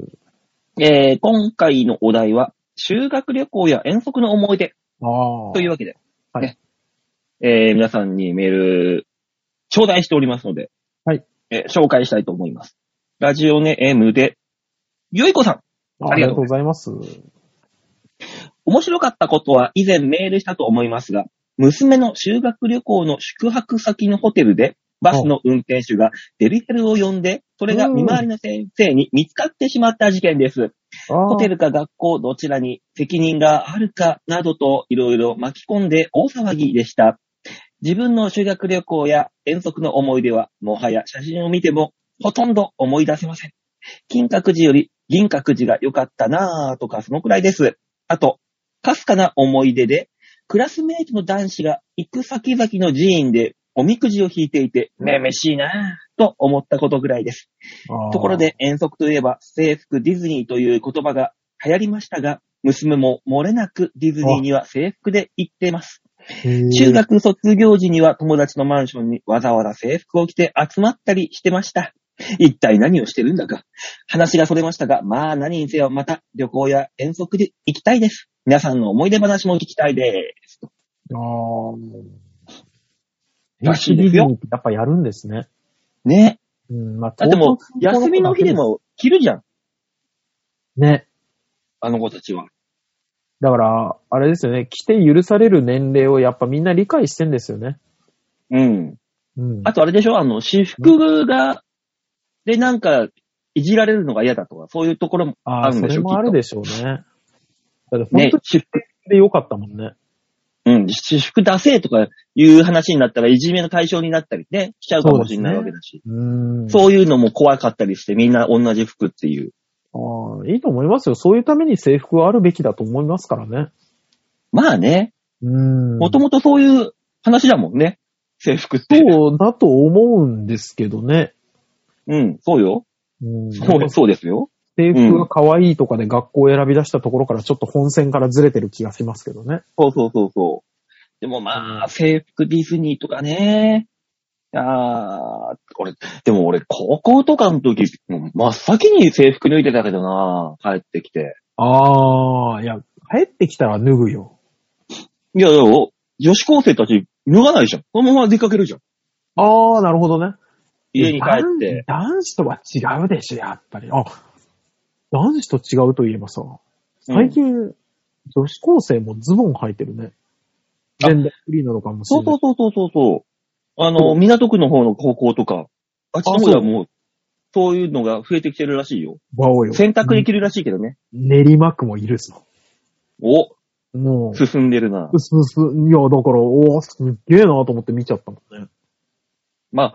Speaker 2: えー、今回のお題は、修学旅行や遠足の思い出
Speaker 3: ああ。
Speaker 2: というわけで、
Speaker 3: はい
Speaker 2: ねえー皆さんにメール、頂戴しておりますので、
Speaker 3: はい
Speaker 2: えー紹介したいと思います。ラジオネームで、よいこさん。
Speaker 3: あ
Speaker 2: あり
Speaker 3: り
Speaker 2: が
Speaker 3: がと
Speaker 2: と
Speaker 3: う
Speaker 2: う
Speaker 3: ございます。
Speaker 2: 面白かったことは以前メールしたと思いますが、娘の修学旅行の宿泊先のホテルで、バスの運転手がデリヘルを呼んで、それが見回りの先生に見つかってしまった事件です。ホ
Speaker 3: ホ
Speaker 2: テルか学校どちらに責任があるかなどといろいろ巻き込んで大騒ぎでした。自分の修学旅行や遠足の思い出はもはや写真を見てもほとんど思い出せません。金閣寺より銀閣寺が良かったなぁとかそのくらいです。あと、かすかな思い出で、クラスメイトの男子が行く先々の寺院でおみくじを引いていて、めめしいなぁと思ったことぐらいです。ところ。で遠足といえば制服ディズニーという言葉が流行りましたが、娘も漏れなくディズニーには制服で行ってます。中
Speaker 3: 中。
Speaker 2: 学卒業時には友達のマンションにわざわざ制服を着て集まったりしてました。一体何をしてるんだか。話がそれましたが、まあ何にせよまた旅行や遠足で行きたいです。皆さんの思い出話も聞きたいです。
Speaker 3: ああ。
Speaker 2: らしいですよ。
Speaker 3: やっぱやるんですね。
Speaker 2: ね。
Speaker 3: うん、まあ、
Speaker 2: だってもう、
Speaker 3: 東京
Speaker 2: 休みの日でも着るじゃん。
Speaker 3: ね。
Speaker 2: あの子たちは。
Speaker 3: だから、あれですよね。来て許される年齢をやっぱみんな理解してんですよね。
Speaker 2: うん。
Speaker 3: うん。
Speaker 2: あとあれでしょあの、私服が、でなんか、いじられるのが嫌だとか、そういうところも
Speaker 3: あ
Speaker 2: あ
Speaker 3: あ、
Speaker 2: るん
Speaker 3: そ
Speaker 2: でし
Speaker 3: れ
Speaker 2: ょ
Speaker 3: もあるでしょうね。だって本
Speaker 2: ね
Speaker 3: 当に、
Speaker 2: 私服、
Speaker 3: でよかったもんね。
Speaker 2: うん、私服ダセーとかいう話になったら、いじめの対象になったりね、しちゃうかもしれないわけだし。
Speaker 3: うん。
Speaker 2: そういうのも怖かったりして、みんな同じ服っていう。
Speaker 3: ああいいと思いますよ。そういうために制服はあるべきだと思いますからね。
Speaker 2: まあね、
Speaker 3: うん。
Speaker 2: もともとそういう話だもんね。制服って。
Speaker 3: そうだと思うんですけどね。
Speaker 2: うん、そうよ。
Speaker 3: うん。
Speaker 2: そう、そうですよ。
Speaker 3: 制服が可愛いとかで学校を選び出したところからちょっと本線からずれてる気がしますけどね。
Speaker 2: そうそうそうそう。でもまあ、制服ディズニーとかね。ああ、俺、でも俺、高校とかの時、もう真っ先に制服脱いでたけどな、帰ってきて。
Speaker 3: ああ、いや、帰ってきたら脱ぐよ。
Speaker 2: いや、でも、女子高生たち脱がないじゃん。そのまま出かけるじゃん。
Speaker 3: ああ、なるほどね。
Speaker 2: 家に帰って。
Speaker 3: 男。男子とは違うでしょ、やっぱり。あ、男子と違うといえばさ、最近、女子高生もズボン履いてるね。
Speaker 2: あ
Speaker 3: ジェンダーフリーなのかもし
Speaker 2: そ
Speaker 3: れ
Speaker 2: うそう
Speaker 3: ない。
Speaker 2: そうそうそうそう。あの、港区の方の高校とか、あっちの方ではもう、そういうのが増えてきてるらしいよ。
Speaker 3: バオよ。
Speaker 2: 選択できるらしいけどね。
Speaker 3: 練馬区もいるぞ。も
Speaker 2: お、
Speaker 3: う、
Speaker 2: 進んでるな。
Speaker 3: すす、いや、だから、おーすっげえなと思って見ちゃったもんね。
Speaker 2: まあ、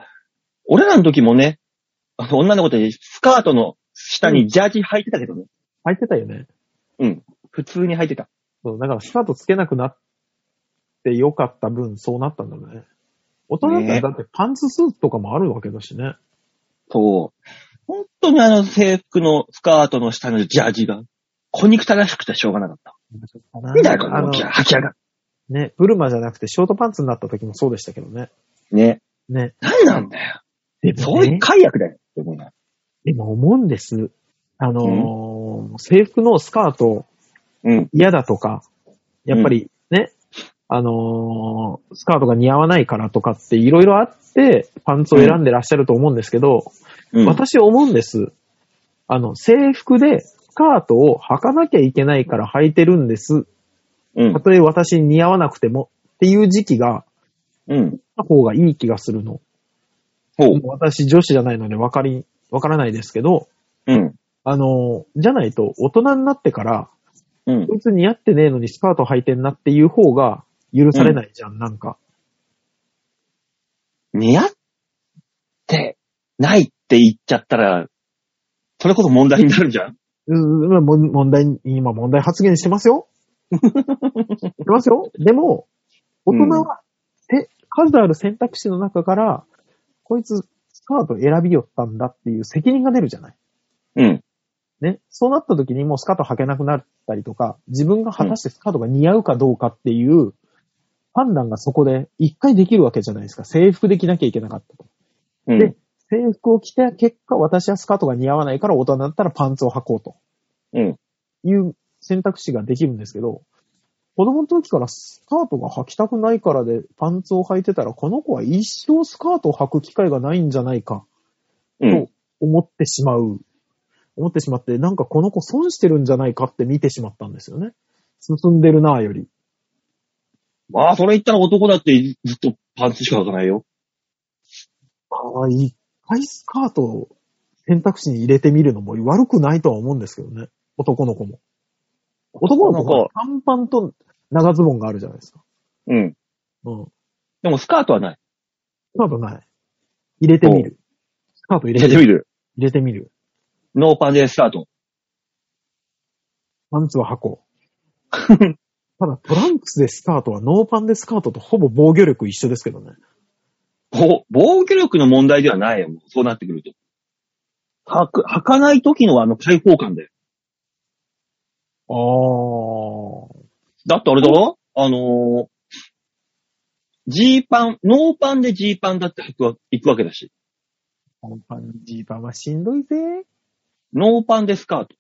Speaker 2: 俺らの時もね、あの女の子たちスカートの下にジャージ履いてたけどね。
Speaker 3: 履いてたよね。
Speaker 2: 普通に履いてた。
Speaker 3: そう、だからスカートつけなくなってよかった分、そうなったんだろうね。大人だった
Speaker 2: ね
Speaker 3: らだってパンツスーツとかもあるわけだしね。
Speaker 2: そう。本当にあの制服のスカートの下のジャージが、小憎たらしくてしょうがなかった。なんだよ、こ
Speaker 3: あ
Speaker 2: の
Speaker 3: の
Speaker 2: ジャージ履き上がっ
Speaker 3: ね、ブルマじゃなくてショートパンツになった時もそうでしたけどね。
Speaker 2: て。ね。
Speaker 3: ね。
Speaker 2: なんなんだよ。
Speaker 3: でもね
Speaker 2: そういう快悪だよ。って思うな
Speaker 3: でも思うんです。あのー制服のスカート
Speaker 2: うん。
Speaker 3: 嫌だとか、やっぱりね、あのースカートが似合わないからとかっていろいろあって、パンツを選んでらっしゃると思うんですけど、
Speaker 2: うん、
Speaker 3: 私思うんです。あの、制服でスカートを履かなきゃいけないから履いてるんです。
Speaker 2: うん
Speaker 3: た。とえ私に似合わなくてもっていう時期が、
Speaker 2: うん。
Speaker 3: あった方がいい気がするの。
Speaker 2: ほう。
Speaker 3: 私女子じゃないので分かり、わからないですけど、
Speaker 2: うん。
Speaker 3: あの、じゃないと大人になってから、
Speaker 2: うん。
Speaker 3: こいつ似合ってねえのにスカート履いてんなっていう方が許されないじゃん、なんか。
Speaker 2: 似合ってないって言っちゃったら、それこそ問題になるじゃん
Speaker 3: うーもん問題に、今問題発言してますよ。してますよ。でも、大人は、え、数ある選択肢の中から、こいつスカート選びよったんだっていう責任が出るじゃない。
Speaker 2: うん。
Speaker 3: ね。そうなった時にもうスカート履けなくなったりとか、自分が果たしてスカートが似合うかどうかっていう判断がそこで一回できるわけじゃないですか。制服できなきゃいけなかったと。
Speaker 2: うん。
Speaker 3: で制服を着た結果、私はスカートが似合わないから大人になったらパンツを履こうと。
Speaker 2: うん。
Speaker 3: いう選択肢ができるんですけど、子供の時からスカートが履きたくないからでパンツを履いてたら、この子は一生スカートを履く機会がないんじゃないか、
Speaker 2: うん。
Speaker 3: 思ってしまう。思ってしまって、なんかこの子損してるんじゃないかって見てしまったんですよね。進んでるなぁより。
Speaker 2: まあ、それ言ったら男だってずっとパンツしか履かないよ。
Speaker 3: ああ、一回スカートを選択肢に入れてみるのも悪くないとは思うんですけどね。男の子も。男の子は短パンと長ズボンがあるじゃないですか。
Speaker 2: うん。
Speaker 3: うん。
Speaker 2: でもスカートはない。
Speaker 3: スカートない。入れてみる。スカート入れ
Speaker 2: 入れ
Speaker 3: てみ
Speaker 2: て
Speaker 3: る。
Speaker 2: みる。
Speaker 3: 入れてみる。
Speaker 2: ノーパンでスタート。
Speaker 3: パンツは箱。 ただ、トランクスでスカートはノーパンでスカートとほぼ防御力一緒ですけどね。
Speaker 2: ぼ防御力の問題ではないよ。もうそうなってくると。履く、履かない時のあの開放感だよ。
Speaker 3: ああ。
Speaker 2: だってあれだろあのージーパン、ノーパンでジーパンだって履くわ、行くわけだし。
Speaker 3: ノーパンジーパンはしんどいぜ。
Speaker 2: ノーパンでスカート。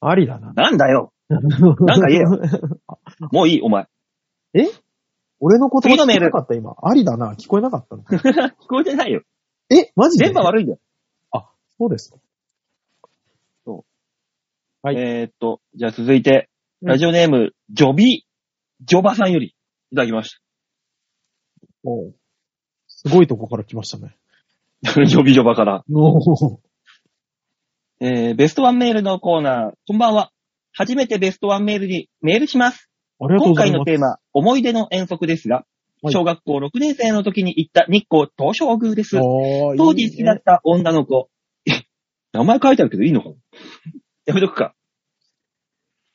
Speaker 3: ありだな。
Speaker 2: なんだよ
Speaker 3: なん
Speaker 2: か言えよ。もういい、お前。
Speaker 3: 俺の言葉
Speaker 2: 次のメ
Speaker 3: 聞
Speaker 2: ー
Speaker 3: こえ
Speaker 2: ル
Speaker 3: なかった今。ありだな。聞こえなかったの。
Speaker 2: 聞こえてないよ。
Speaker 3: え、マジで
Speaker 2: 電波悪いんだよ。
Speaker 3: そうですか。はい
Speaker 2: えーっと、じゃあ続いて、
Speaker 3: うん
Speaker 2: ラジオネーム、ジョビ、ジョバさんより、いただきまし
Speaker 3: おうすごいとこから来ましたね。
Speaker 2: た。 ジョビジョバから。
Speaker 3: おー
Speaker 2: えー、ベストワンメールのコーナー、こんばんは。初めてベストワンメールにメールします。
Speaker 3: ありがと
Speaker 2: 今
Speaker 3: うござ
Speaker 2: 回
Speaker 3: い
Speaker 2: の
Speaker 3: ます。
Speaker 2: テーマ、思い出の遠足ですが、
Speaker 3: はい
Speaker 2: 小学校6年生の時に行った日光東照宮です。
Speaker 3: おー
Speaker 2: 当時好きだ
Speaker 3: いい
Speaker 2: っ
Speaker 3: ね
Speaker 2: た女の子。名前書いてあるけどいいのかなやめとくか。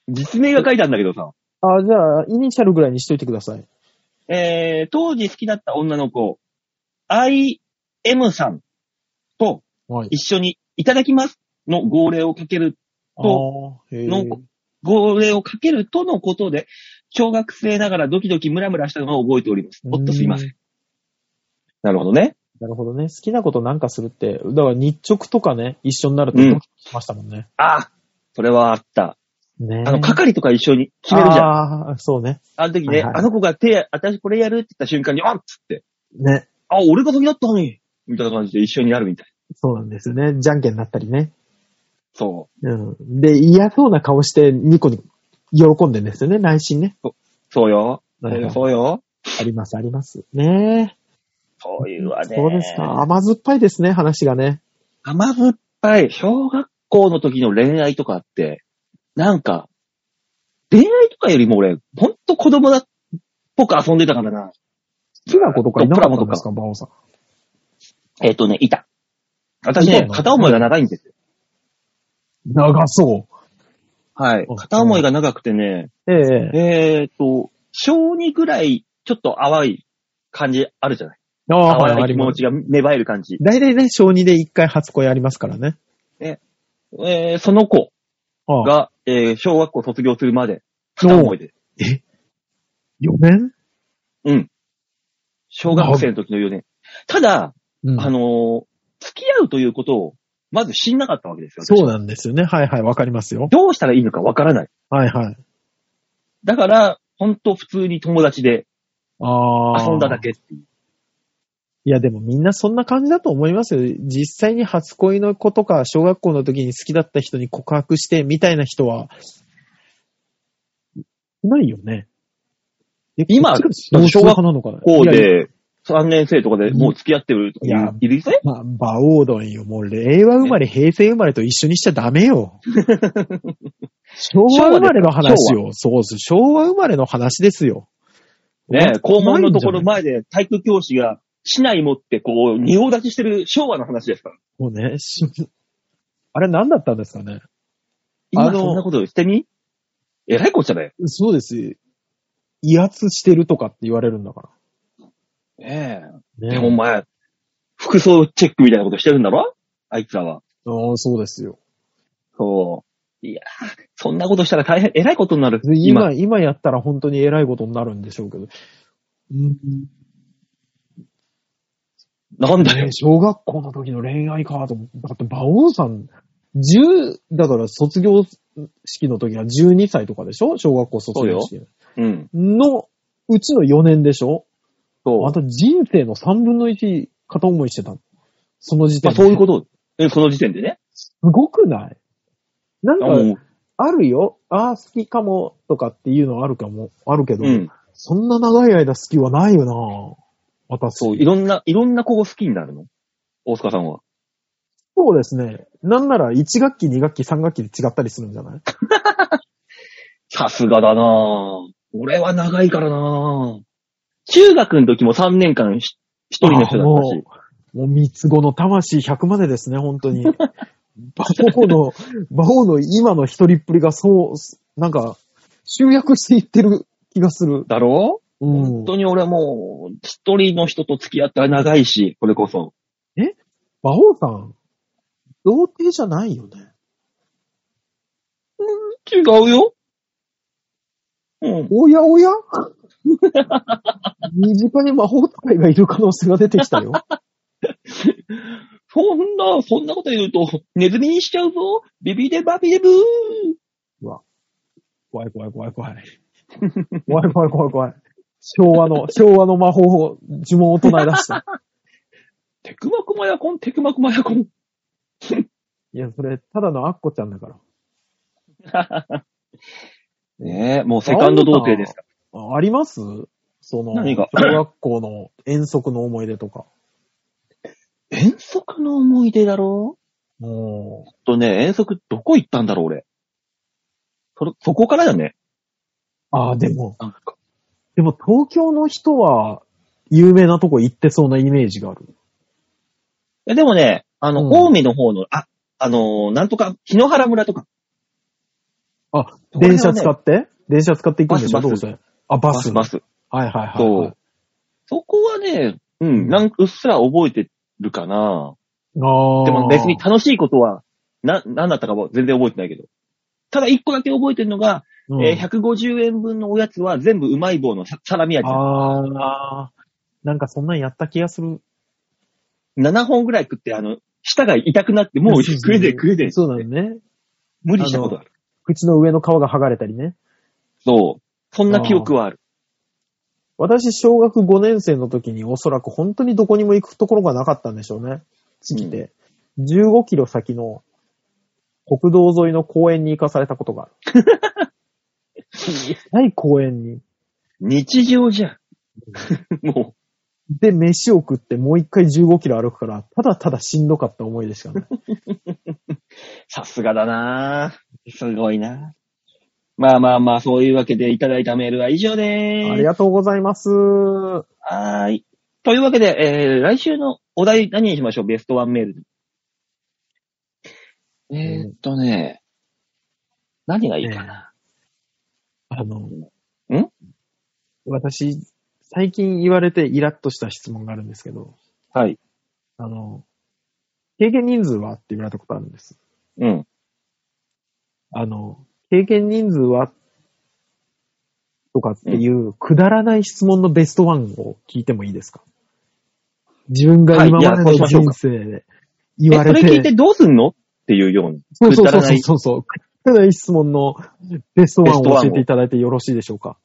Speaker 2: 実名が書いてあるんだけどさ。
Speaker 3: あ、じゃあ、イニシャルぐらいにしといてください。
Speaker 2: えー、当時好きだった女の子、IM さんと
Speaker 3: はい。
Speaker 2: 一緒にいただきますの号令をかける、
Speaker 3: と、へー
Speaker 2: の号令をかけるとのことで、小学生ながらドキドキムラムラしたのを覚えております。おっとすいません。
Speaker 3: う
Speaker 2: なるほどね。
Speaker 3: なるほどね。好きなことなんかするって、だから日直とかね、一緒になるとドキドキしましたもんね。
Speaker 2: ああ、それはあった。
Speaker 3: ね
Speaker 2: あの、係とか一緒に決めるじゃん。あ
Speaker 3: ん。あーそうね。
Speaker 2: の時ね、
Speaker 3: はいはい
Speaker 2: あの子が手や、私これやるって言った瞬間に、あっつって、
Speaker 3: ね。
Speaker 2: あ、俺が先だったのに、みたいな感じで一緒になるみたい。
Speaker 3: そうなんですよね。じゃんけんになったりね。
Speaker 2: そ
Speaker 3: うん。で、嫌そうな顔して、ニコニコ、喜んでんですよね、内心ね。
Speaker 2: う。そうよ。
Speaker 3: はいはい
Speaker 2: そうよ。
Speaker 3: あります、あります。ね
Speaker 2: そういうわね。
Speaker 3: そうですか。甘酸っぱいですね、話がね。
Speaker 2: 甘酸っぱい、小学校の時の恋愛とかって、なんか、恋愛とかよりも俺、ほんと子供だっぽく遊んでたからな。
Speaker 3: 好きなことかいなかったんですか、バオさん。
Speaker 2: えっ、とね、いた。私
Speaker 3: いた
Speaker 2: ね
Speaker 3: の、
Speaker 2: 片思いが長いんですよ。
Speaker 3: 長そ
Speaker 2: はい
Speaker 3: うん。
Speaker 2: 片思いが長くてね、
Speaker 3: う。ええ
Speaker 2: えっ、と、小2ぐらい、ちょっと淡い感じあるじゃない
Speaker 3: ああ、はい、
Speaker 2: 淡
Speaker 3: あ
Speaker 2: い
Speaker 3: り
Speaker 2: 気
Speaker 3: ま
Speaker 2: 持
Speaker 3: す
Speaker 2: ち。が芽生える感じ。
Speaker 3: 大体ね、小2で1回初恋ありますからね。
Speaker 2: えー、その子
Speaker 3: ああ。
Speaker 2: が、えー、小学校卒業するまで、片思いで。
Speaker 3: 4年
Speaker 2: うん。小学生の時の4年。ただ、
Speaker 3: うん
Speaker 2: あのー付き合うということを、まず知んなかったわけですよ。私
Speaker 3: そうなんですよね。はいはい、わかりますよ。
Speaker 2: どうしたらいいのかわからない。
Speaker 3: はいはい。
Speaker 2: だから、ほんと普通に友達で
Speaker 3: ああ。
Speaker 2: 遊んだだ。けっていう。
Speaker 3: いや、でもみんなそんな感じだと思いますよ。実際に初恋の子とか、小学校の時に好きだった人に告白して、みたいな人は、いないよね。え
Speaker 2: 今
Speaker 3: こっちが少数派なのかな
Speaker 2: こう
Speaker 3: いやいや
Speaker 2: で、3年生とかでもう付き合ってるとかい
Speaker 3: いや
Speaker 2: るいるぜ
Speaker 3: まあ、馬王丼よ。もう、令和生まれ、平成生まれと一緒にしちゃダメ よ。昭和生まれの話よ。そうです。昭和生まれの話ですよ。
Speaker 2: ね
Speaker 3: う
Speaker 2: 校門のところ前で体育教師が市内持ってこう、仁王立ちしてる昭和の話ですから。
Speaker 3: もうね、し あれ何だったんですかね。あ
Speaker 2: 今
Speaker 3: の
Speaker 2: そんなことしてみえらいこっちゃだよ。
Speaker 3: そうです。威圧してるとかって言われるんだか
Speaker 2: ねえ。
Speaker 3: ら。
Speaker 2: でもお前、服装チェックみたいなことしてるんだろあいつらは。
Speaker 3: ああそうですよ。
Speaker 2: そう。いやーそんなことしたら大変、えらいことになる。
Speaker 3: 今、今やったら本当に偉いことになるんでしょうけど。うん
Speaker 2: なんだよ
Speaker 3: ね。小学校の時の恋愛かと思って、だって馬王さん、10、だから卒業式の時は12歳とかでしょ小学校卒業式
Speaker 2: うん。
Speaker 3: のうちの4年でしょ
Speaker 2: そう
Speaker 3: あ。と人生の3分の1片思いしてたのその時
Speaker 2: まあ、
Speaker 3: 点
Speaker 2: そ
Speaker 3: で。
Speaker 2: ういうこと。えその時点でね。
Speaker 3: すごくないなん
Speaker 2: あ
Speaker 3: か、
Speaker 2: も
Speaker 3: あるよ。ああ、好きかも、とかっていうのはあるかも、あるけ
Speaker 2: う
Speaker 3: ど、
Speaker 2: うん。
Speaker 3: そんな長い間好きはないよな私。
Speaker 2: そう、いろんな、いろんな子を好きになるの大塚さんは。
Speaker 3: そうですね。なんなら1学期、2学期、3学期で違ったりするんじゃない
Speaker 2: さすがだなぁ。俺は長いからなぁ。中学の時も3年間ひ一人の人だったし。
Speaker 3: もう三つ子の魂100までですね、本当に。馬王の、馬王の今の一人っぷりがそう、なんか、集約していってる気がする。
Speaker 2: だろ
Speaker 3: う
Speaker 2: う、
Speaker 3: ん
Speaker 2: 本。当に俺はもう、一人の人と付き合ったら長いし、これこそ。
Speaker 3: 馬王さん、童貞じゃないよね。
Speaker 2: 違うよ。うん。
Speaker 3: おやおや身近に魔法使いがいる可能性が出てきたよ。
Speaker 2: そんな、そんなこと言うと、ネズミにしちゃうぞビビデバビデブー
Speaker 3: 怖い怖い怖い怖い。怖い怖い怖い怖い。昭和の、昭和の魔法を、呪文を唱え出した。
Speaker 2: テクマクマヤコン、テクマクマヤコン。
Speaker 3: いや、それ、ただのアッコちゃんだから。
Speaker 2: ねえ、もうセカンド童貞ですか
Speaker 3: あありますその、
Speaker 2: 何が
Speaker 3: 小学校の遠足の思い出とか。
Speaker 2: ら。遠足の思い出だろ
Speaker 3: もう、
Speaker 2: とね、遠足どこ行ったんだろう、俺。それ、そこからだね。
Speaker 3: ああ、でも、
Speaker 2: なんか
Speaker 3: でも東京の人は、有名なとこ行ってそうなイメージがある。
Speaker 2: えでもね、あの、
Speaker 3: うん
Speaker 2: 近江の方の、あ、あのーなんとか、日野原村とか。
Speaker 3: あ、
Speaker 2: そこら辺はね
Speaker 3: 電車使って電車使って行くんでし
Speaker 2: バ
Speaker 3: ょ
Speaker 2: ス
Speaker 3: ど
Speaker 2: バ
Speaker 3: う
Speaker 2: ス
Speaker 3: せ。あ、バス。
Speaker 2: バス。
Speaker 3: はいはいはい
Speaker 2: そ
Speaker 3: は
Speaker 2: う。そこはね、うん、なんうっすら覚えてるかな。
Speaker 3: い。ああ。
Speaker 2: でも別に楽しいことは、な、なんだったかは全然覚えてないけど。ただ一個だけ覚えてるのが、
Speaker 3: うん
Speaker 2: えー150円分のおやつは全部うまい棒のササラミ味。
Speaker 3: ああ。なんかそんなんやった気がする。
Speaker 2: 7本ぐらい食って、あの、舌が痛くなって、もう食えで食えで。
Speaker 3: そうなのね。
Speaker 2: 無理したことがある。
Speaker 3: 口の上の皮が剥がれたりね。
Speaker 2: そう。そんな記憶はある。
Speaker 3: 私、小学5年生の時におそらく本当にどこにも行くところがなかったんでしょうね。月で。15キロ先の国道沿いの公園に行かされたことがある。 ない公園に。
Speaker 2: 日常じゃん。 も
Speaker 3: で、飯を食ってもう一回15キロ歩くから、ただただしんどかった思いでしかない。
Speaker 2: う、さすがだなぁすごいなまあまあまあ、そういうわけでいただいたメールは以上で
Speaker 3: あり
Speaker 2: ーす。
Speaker 3: がとうございます。は
Speaker 2: はーい。というわけで、えー、来週のお題何にしましょうベストワンメール。えー、っとね、何がいいかな、
Speaker 3: あの、
Speaker 2: ん
Speaker 3: 私、最近言われてイラッとした質問があるんですけど、
Speaker 2: はい。
Speaker 3: あの、経験人数はって言われたことあるんです。
Speaker 2: うん。
Speaker 3: あの、経験人数はとかっていう、くだらない質問のベストワンを聞いてもいいですか自分が今まで
Speaker 2: はいいやそうし
Speaker 3: の
Speaker 2: ましょう
Speaker 3: 人
Speaker 2: か
Speaker 3: 生で言
Speaker 2: え、
Speaker 3: わ
Speaker 2: そ
Speaker 3: れ
Speaker 2: れ
Speaker 3: て、
Speaker 2: 聞いてどうすんのっていうように。
Speaker 3: そうそう
Speaker 2: くだ
Speaker 3: そう
Speaker 2: らない
Speaker 3: そうそう、くだらない質問のベストワン
Speaker 2: ベ
Speaker 3: を
Speaker 2: ストワンを
Speaker 3: 教えていただいてよろしいでしょうか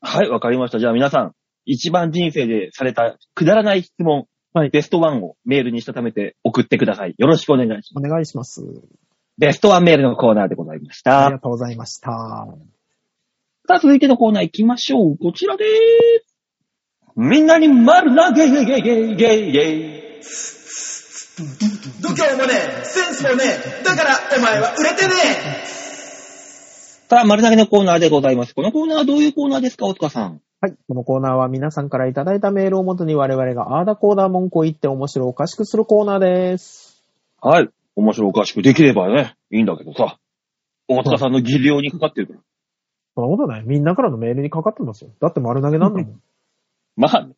Speaker 2: はい、わかりました。じゃあ皆さん、一番人生でされたくだらない質問、
Speaker 3: はい
Speaker 2: ベストワンをメールにしたためて送ってください。よろしくお願いします。
Speaker 3: お願いします。
Speaker 2: ベストワンメールのコーナーでございまし
Speaker 3: あ
Speaker 2: た
Speaker 3: り。がとうございました。
Speaker 2: さあ、続いてのコーナー行きましょう。こちらでーす。みんなに丸投げ、ゲゲゲゲゲ
Speaker 1: 度胸もねえセンスもねえだからお前は売れてねえ
Speaker 2: さあ、丸投げのコーナーでございます。このコーナーはどういうコーナーですか、大塚さん。
Speaker 3: はい。このコーナーは皆さんからいただいたメールをもとに我々があーだこーだ文句を言って面白おかしくするコーナーです。
Speaker 2: はい。面白おかしくできればね、いいんだけどさ。大塚さんの技量にかかってるから。
Speaker 3: そんなことない。みんなからのメールにかかってますよ。だって丸投げなんだもん。
Speaker 2: まあ、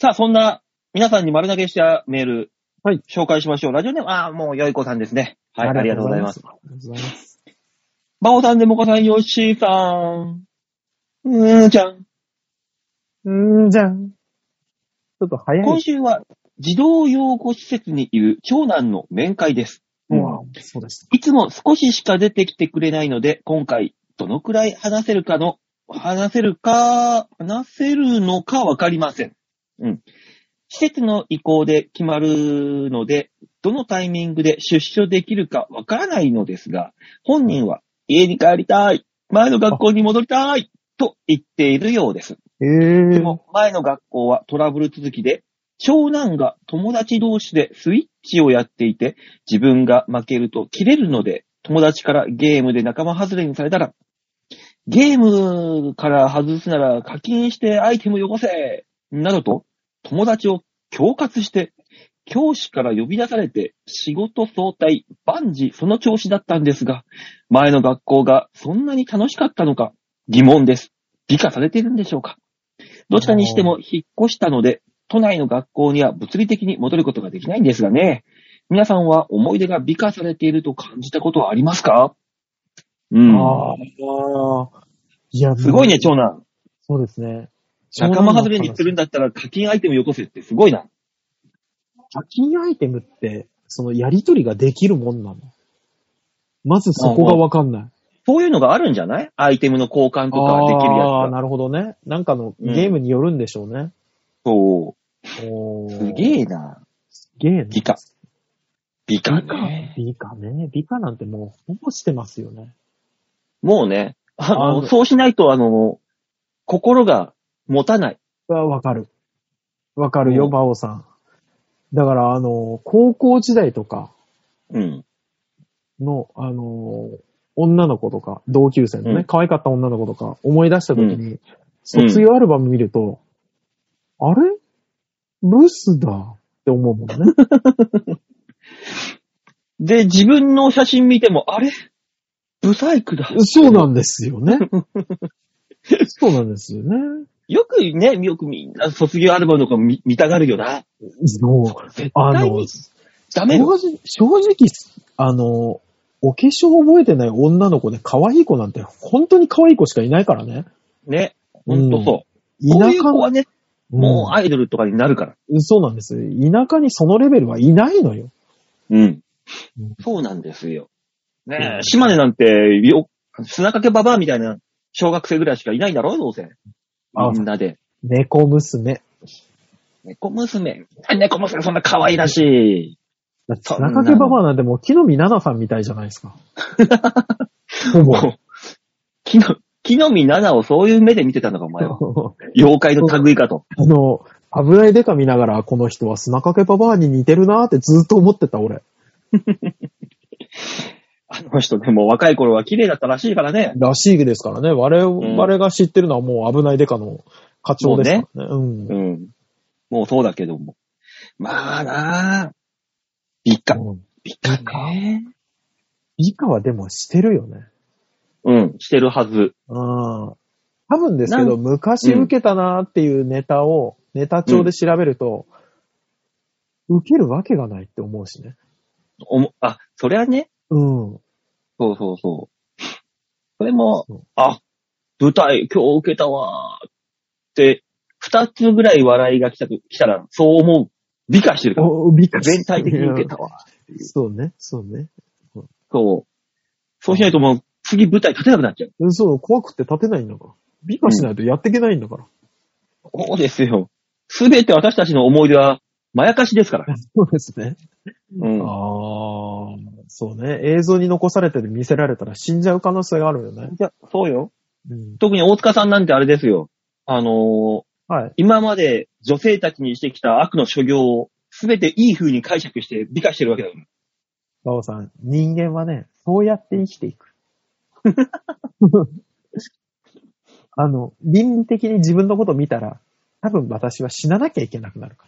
Speaker 2: さあ、そんな、皆さんに丸投げしたメール、
Speaker 3: はい
Speaker 2: 紹介しましょう。ラジオネーム、ああ、もう、よいこさんですね。はい、ありがとうございます。。
Speaker 3: ありがとうございます。
Speaker 2: バオさん、デモカさん、ヨッシーさん。うーん、ちゃん。
Speaker 3: うーん、じゃん。ちょっと早い。
Speaker 2: 今週は、児童養護施設にいる長男の面会です。
Speaker 3: うんそうでした。
Speaker 2: いつも少ししか出てきてくれないので、今回、どのくらい話せるかの、話せるか、話せるのかわかりません。うん。施設の意向で決まるので、どのタイミングで出所できるかわからないのですが、本人は家に帰りたい、前の学校に戻りたい、と言っているようです。
Speaker 3: え
Speaker 2: で
Speaker 3: えー。
Speaker 2: も、前の学校はトラブル続きで、長男が友達同士でスイッチをやっていて、自分が負けると切れるので、友達からゲームで仲間外れにされたら、ゲームから外すなら課金してアイテムよこせなどと、友達を恐喝して、教師から呼び出されて、仕事早退、万事その調子だったんですが、前の学校がそんなに楽しかったのか、疑問です。美化されているんでしょうかどちらにしても引っ越したので、都内の学校には物理的に戻ることができないんですがね。皆さんは思い出が美化されていると感じたことはありますかうん。
Speaker 3: ああ。いや、
Speaker 2: すごいね、
Speaker 3: ち
Speaker 2: 長
Speaker 3: ょ
Speaker 2: 男。
Speaker 3: そうですね。
Speaker 2: 仲間外れにするんだったら課金アイテムよこせってすごいな。
Speaker 3: 課金アイテムって、そのやりとりができるもんなの。まずそこがわかんない。
Speaker 2: そういうのがあるんじゃないアイテムの交換とかできるやつ
Speaker 3: ああ、
Speaker 2: が。
Speaker 3: なるほどね。なんかの
Speaker 2: うん
Speaker 3: ゲームによるんでしょうね。
Speaker 2: そ
Speaker 3: お
Speaker 2: う。
Speaker 3: ー
Speaker 2: すげえな。
Speaker 3: すげえね。
Speaker 2: 美化。美化
Speaker 3: 美化
Speaker 2: ね。。
Speaker 3: 美化ね。美化なんてもう、ほぼしてますよね。
Speaker 2: もうね、あの、
Speaker 3: あの
Speaker 2: そうしないと、あの、心が持たない。
Speaker 3: わわかる。わかるよ、
Speaker 2: うん
Speaker 3: 馬王さん。だから、あの、高校時代とか
Speaker 2: うん。
Speaker 3: の、あの、女の子とか、同級生の
Speaker 2: うん
Speaker 3: ね、可愛かった女の子とか、思い出した時に、卒業アルバム見ると、あれブスだって思うもんね。
Speaker 2: で、自分の写真見ても、あれブサイクだ。
Speaker 3: そうなんですよね。そうなんですよね。
Speaker 2: よくね、よくみんな卒業アルバムとか見見たがるよな。
Speaker 3: もう、
Speaker 2: 絶
Speaker 3: あ
Speaker 2: 対
Speaker 3: の
Speaker 2: に、ダメよ。
Speaker 3: 正直、正直、あの、お化粧覚えてない女の子で可愛い子なんて、本当に可愛い子しかいないからね。
Speaker 2: ね。ほんとそう。
Speaker 3: 田
Speaker 2: こういう
Speaker 3: 舎
Speaker 2: 子はね、もう
Speaker 3: あ
Speaker 2: アイドルとかになるから。
Speaker 3: そうなんです。田舎にそのレベルはいないのよ。
Speaker 2: うん
Speaker 3: うん。
Speaker 2: そうなんですよ。ね
Speaker 3: う
Speaker 2: え、
Speaker 3: ん
Speaker 2: 島根なんて、よ砂掛けババアみたいな小学生ぐらいしかいないんだろどうせ。
Speaker 3: あ
Speaker 2: みんなで。
Speaker 3: 猫娘。
Speaker 2: 猫娘。猫娘そんな可愛らしい。
Speaker 3: だって
Speaker 2: そんな
Speaker 3: 砂掛けババアなんてもう木の実奈々さんみたいじゃないです か。ほぼ。
Speaker 2: 木の、木の実奈々をそういう目で見てたのか、お前は。妖怪の類かと。
Speaker 3: あの、危ないデカ見ながら、この人は砂掛けババアに似てるなーってずっと思ってた、俺。
Speaker 2: あの人ね、もう若い頃は綺麗だったらしいからね。
Speaker 3: らしいですからね。我々が知ってるのはもう危ないデカの課長ですからね。うん
Speaker 2: う。ん。もうそうだけども。まあなあ。美化。
Speaker 3: うん
Speaker 2: 美化ね。
Speaker 3: 美化はでもしてるよね。
Speaker 2: うん、してるはず。
Speaker 3: うん。多分ですけ
Speaker 2: な
Speaker 3: ど、昔受けたなーっていうネタを、ネタ帳で調べると、受けるわけがないって思うしね。
Speaker 2: おも、あ、そりゃね。
Speaker 3: うん。
Speaker 2: そうそうそう。それも
Speaker 3: そう、
Speaker 2: あ、舞台今日受けたわーって、二つぐらい笑いが来たと、来たら、そう思う。美化してるから。
Speaker 3: お美化
Speaker 2: 全体的に受けたわ。
Speaker 3: うんそうね、そうね。
Speaker 2: そう。そうしないともう、次舞台立てなくなっちゃう。
Speaker 3: うんそう、怖くて立てないんだから。美化しないとやっていけないんだから。
Speaker 2: そうですよ。すべて私たちの思い出は、まやかしですから。
Speaker 3: そうですね。
Speaker 2: うん。
Speaker 3: ああ、そうね。映像に残されてる見せられたら死んじゃう可能性があるよね。
Speaker 2: じゃそうよ。
Speaker 3: うん。
Speaker 2: 特に大塚さんなんてあれですよ。あのー
Speaker 3: はい。
Speaker 2: 今まで女性たちにしてきた悪の所業を、すべていい風に解釈して美化してるわけだから。
Speaker 3: 馬王さん、人間はね、そうやって生きていく。 あの、倫理的に自分のこと見たら、多分私は死ななきゃいけなくなるか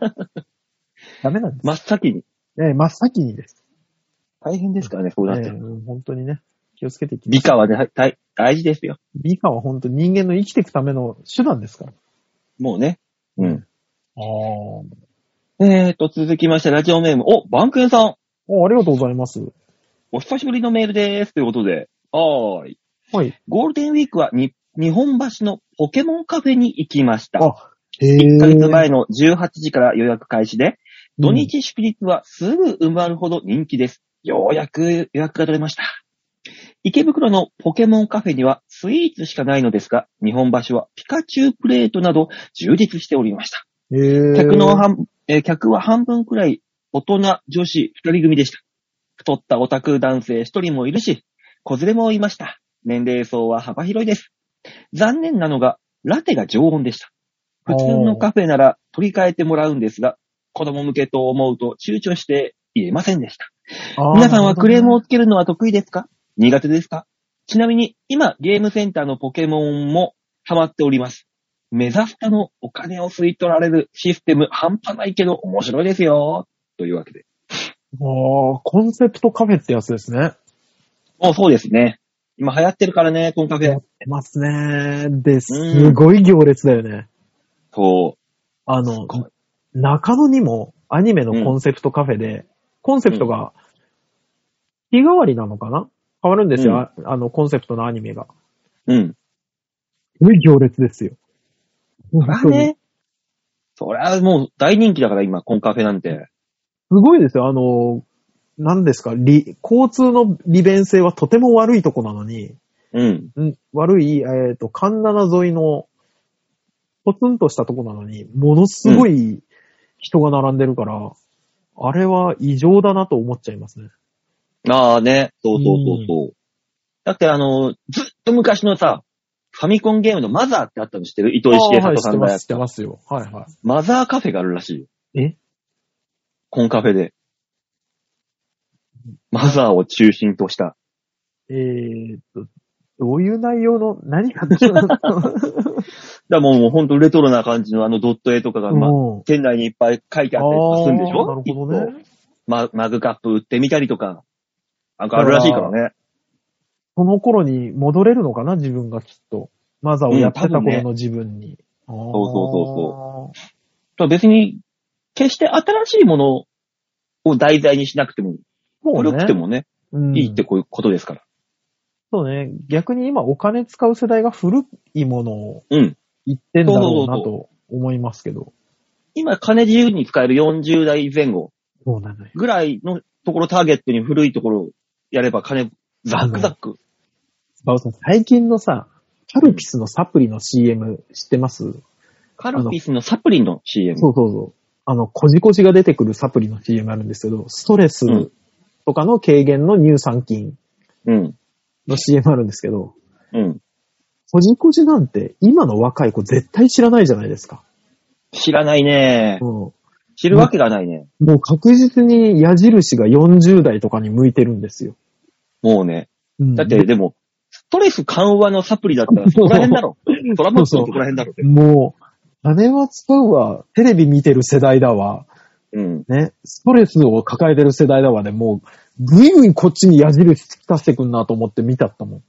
Speaker 3: ら。 ダメなんです。
Speaker 2: 真っ先に。
Speaker 3: ええ真っ先にです。
Speaker 2: 大変ですからね、そうなっ
Speaker 3: え
Speaker 2: て
Speaker 3: え。うん本当にね、気をつけていきま
Speaker 2: 美
Speaker 3: しょう。
Speaker 2: 化はね、大大事ですよ。
Speaker 3: 美化は本当に人間の生きていくための手段ですから。
Speaker 2: もうね。うん。
Speaker 3: ああ。
Speaker 2: えーと、続きまして、ラジオネーム。お、バンクエンさん。
Speaker 3: ありがとうございます。
Speaker 2: お久しぶりのメールです。ということで。はーい。
Speaker 3: はい。
Speaker 2: ゴールデンウィークはに、日本橋のポケモンカフェに行きました。
Speaker 3: あ、へ
Speaker 2: 1ヶ月
Speaker 3: え。
Speaker 2: 前の18時から予約開始で、土日祝日はすぐ埋まるほど人気です。ようやく予約が取れました。池袋のポケモンカフェにはスイーツしかないのですが、日本橋はピカチュウプレートなど充実しておりました。
Speaker 3: へえ。
Speaker 2: 客の半、えー客は半分くらい大人女子二人組でした。太ったオタク男性一人もいるし、子連れもいました。年齢層は幅広いです。残念なのが、ラテが常温でした。普通のカフェなら取り替えてもらうんですが、子供向けと思うと躊躇して入れませんでした。
Speaker 3: あー
Speaker 2: 皆さんはクレームをつけるのは得意ですか苦手ですかちなみに、今、ゲームセンターのポケモンもハマっております。メザスタのお金を吸い取られるシステム半端ないけど面白いですよ。というわけで。
Speaker 3: ああ、コンセプトカフェってやつですね。
Speaker 2: もうそうですね。今流行ってるからね、このカフェ。
Speaker 3: 出ますね。で、すごい行列だよね。
Speaker 2: そ
Speaker 3: あの、中野にもアニメのコンセプトカフェで、コンセプトが日替わりなのかな変わるんですよ、ああの、コンセプトのアニメが。
Speaker 2: う。うん。
Speaker 3: すごい行列ですよ。
Speaker 2: そらね。そりゃもう大人気だから今、コンカフェなんて。
Speaker 3: すごいですよ。あの、何ですか、利交通の利便性はとても悪いとこなのに、
Speaker 2: うん。
Speaker 3: ん悪い、えっ、と、神奈沿いの、ポツンとしたとこなのに、ものすごい人が並んでるから、あれは異常だなと思っちゃいますね。
Speaker 2: ああね。そうそうそうそう。だってあの、ずっと昔のさ、ファミコンゲームのマザーってあったの知ってる糸井重
Speaker 3: あーは
Speaker 2: 里
Speaker 3: い知っ
Speaker 2: さ
Speaker 3: て
Speaker 2: んがや
Speaker 3: ま
Speaker 2: っ
Speaker 3: す、知って
Speaker 2: た。
Speaker 3: ますよ。はいはい。
Speaker 2: マザーカフェがあるらしいよ。
Speaker 3: え
Speaker 2: コンカフェで。マザーを中心とした。
Speaker 3: えーっと、どういう内容の、何がどうなの
Speaker 2: だからもうもうほんとレトロな感じのあのドット絵とかが、まあ、
Speaker 3: うん
Speaker 2: 店内にいっぱい書いてあったりとかするんでしょ
Speaker 3: あーなるほどね。
Speaker 2: ママグカップ売ってみたりとか、なんかあるらしいからね。
Speaker 3: その頃に戻れるのかな、自分がきっと。マザーをやってた頃の自分に。
Speaker 2: そうそう
Speaker 3: そ
Speaker 2: 別に、決して新しいものを題材にしなくても、
Speaker 3: うそうそう。
Speaker 2: 古くてもね、
Speaker 3: うん
Speaker 2: いいってこういうことですから。
Speaker 3: そうね。逆に今お金使う世代が古いものを
Speaker 2: うん。
Speaker 3: 言ってんだろうな
Speaker 2: そうそ
Speaker 3: と思いますけど。
Speaker 2: 今、金自由に使える40代前後
Speaker 3: そうなのよ。
Speaker 2: ぐらいのところターゲットに古いところをやれば金、ザックザック。
Speaker 3: バオさん、最近のさ、カルピスのサプリの CM 知ってます、
Speaker 2: カルピスのサプリの CM。
Speaker 3: そうそうそう。あの、こじこじが出てくるサプリの CM あるんですけど、ストレス
Speaker 2: うん
Speaker 3: とかの軽減の乳酸菌
Speaker 2: うん。
Speaker 3: の CM あるんですけど、
Speaker 2: うん。
Speaker 3: こじこじなんて今の若い子絶対知らないじゃないですか。
Speaker 2: 知らないね
Speaker 3: う。ん。
Speaker 2: 知るわけがないね。
Speaker 3: もう確実に矢印が40代とかに向いてるんですよ。
Speaker 2: もうね。
Speaker 3: うん
Speaker 2: だって、でも、ストレス緩和のサプリだったらそこら辺だ ろ。トラマッチのそこら辺だろって。
Speaker 3: もう、金は使うわ、テレビ見てる世代だわ、
Speaker 2: うん。
Speaker 3: ね、ストレスを抱えてる世代だわで、もう、ぐいぐいこっちに矢印突き出してくんなと思って見たったもん。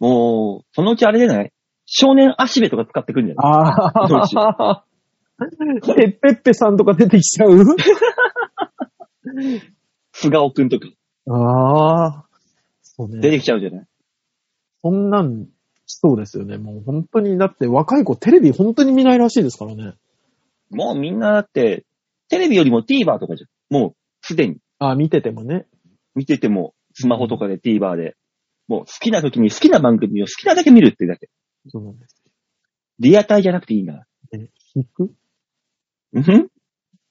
Speaker 2: もう、そのうちあれじゃない少年足部とか使ってくるんじゃない
Speaker 3: あ
Speaker 2: そうです
Speaker 3: あ。え、ペッペさんとか出てきちゃう
Speaker 2: 菅尾くんとか
Speaker 3: ああ。そう
Speaker 2: 出
Speaker 3: ね。
Speaker 2: てきちゃうじゃない
Speaker 3: そんなん、そうですよね。もう本当に、だって若い子テレビ本当に見ないらしいですからね。
Speaker 2: もうみんなだって、テレビよりも TVer とかじゃん。もう、すでに。
Speaker 3: あ見ててもね。
Speaker 2: 見てても、スマホとかで TVer で。もう好きな時に好きな番組を好きなだけ見るってだけ。
Speaker 3: そうなんです。
Speaker 2: リアタイじゃなくていいな。
Speaker 3: ね引く
Speaker 2: うん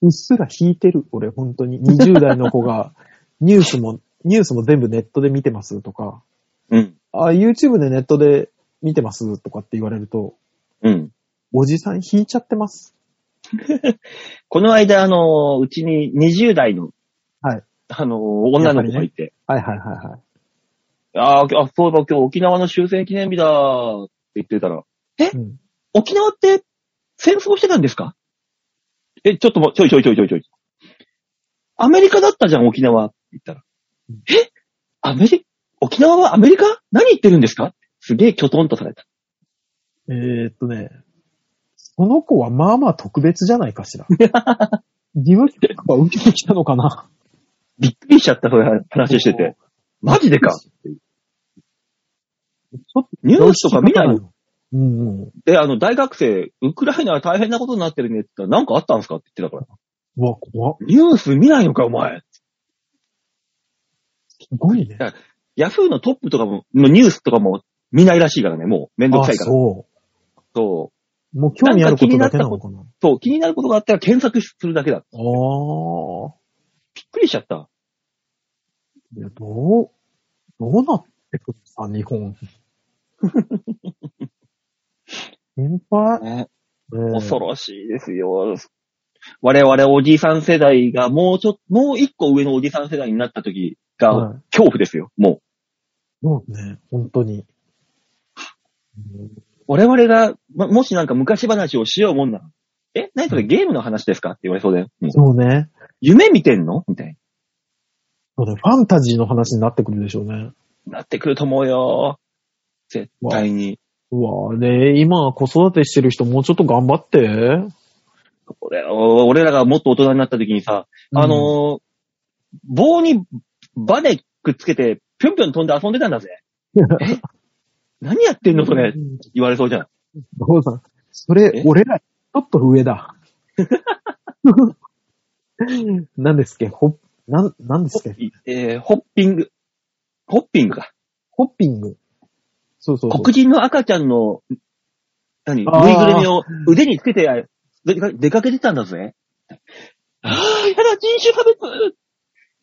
Speaker 3: うっすら引いてる、俺、本当に。20代の子が、 ニュースも、ニュースも全部ネットで見てますとか、
Speaker 2: うん。
Speaker 3: あ、YouTube でネットで見てますとかって言われると、
Speaker 2: うん。
Speaker 3: おじさん引いちゃってます。
Speaker 2: この間、あのー、うちに20代の、
Speaker 3: はい。
Speaker 2: あのー、女の子がいて、
Speaker 3: はいはいはいはい。
Speaker 2: あーあ、そういえば今日沖縄の終戦記念日だーって言ってたら、
Speaker 3: うん、
Speaker 2: 沖縄って戦争してたんですかえ、ちょっともう、ちょいちょいちょいちょいちょい。アメリカだったじゃん、沖縄って言ったら。
Speaker 3: うん
Speaker 2: えアメリ、沖縄はアメリカ何言ってるんですかすげえキョトンとされた。
Speaker 3: えー、っとね、その子はまあまあ特別じゃないか しら。義務教育は受けてきたのかな
Speaker 2: びっくりしちゃった、そういう話してて。。マジでか
Speaker 3: ちょっと
Speaker 2: ニュースとか見ないの
Speaker 3: うんうん。
Speaker 2: で、あの、大学生、ウクライナは大変なことになってるねって言ったら、なんかあったんですかって言ってたか
Speaker 3: うわ、怖っ。
Speaker 2: ら。ニュース見ないのか、お前。
Speaker 3: すごいね。
Speaker 2: ヤフーのトップとかも、のニュースとかも見ないらしいからね、もう。めんどくさいから。
Speaker 3: そ。
Speaker 2: そう
Speaker 3: もう興味あることだけなのかな。
Speaker 2: う。そう、気になることがあったら検索するだけだ。
Speaker 3: ああ。
Speaker 2: びっくりしちゃった。
Speaker 3: いや、どう、どうなってくるさ、日本。先輩、
Speaker 2: ね、
Speaker 3: えー
Speaker 2: 恐ろしいですよ。我々おじさん世代がもうちょ、もう一個上のおじさん世代になった時が
Speaker 3: はい
Speaker 2: 恐怖ですよ、も
Speaker 3: そうね、本当に。
Speaker 2: う。我々が、まもしなんか昔話をしようもんなら、え、何それゲームの話ですかって言われそうだよ。もう
Speaker 3: そうね。
Speaker 2: 夢見てんのみたいに
Speaker 3: そうね、ファンタジーの話になってくるでしょうね。
Speaker 2: なってくると思うよ。絶対に。
Speaker 3: うわで、今子育てしてる人もうちょっと頑張って。
Speaker 2: 俺俺らがもっと大人になった時にさ、あのー棒にバネくっつけて、ぴょんぴょん飛んで遊んでたんだぜ。何やってんのそれ。言われそうじゃん。
Speaker 3: バオさん、それ
Speaker 2: え、
Speaker 3: 俺ら、ちょっと上だ。 何ですっけほ、なん、なんですっけ
Speaker 2: いえーホッピング。ホッピングか。
Speaker 3: ホッピング。そうそうそう。
Speaker 2: 黒人の赤ちゃんの、何
Speaker 3: あー
Speaker 2: ぬいぐるみを腕につけて、で出かけてたんだぜ。ああ、やだ、人種差別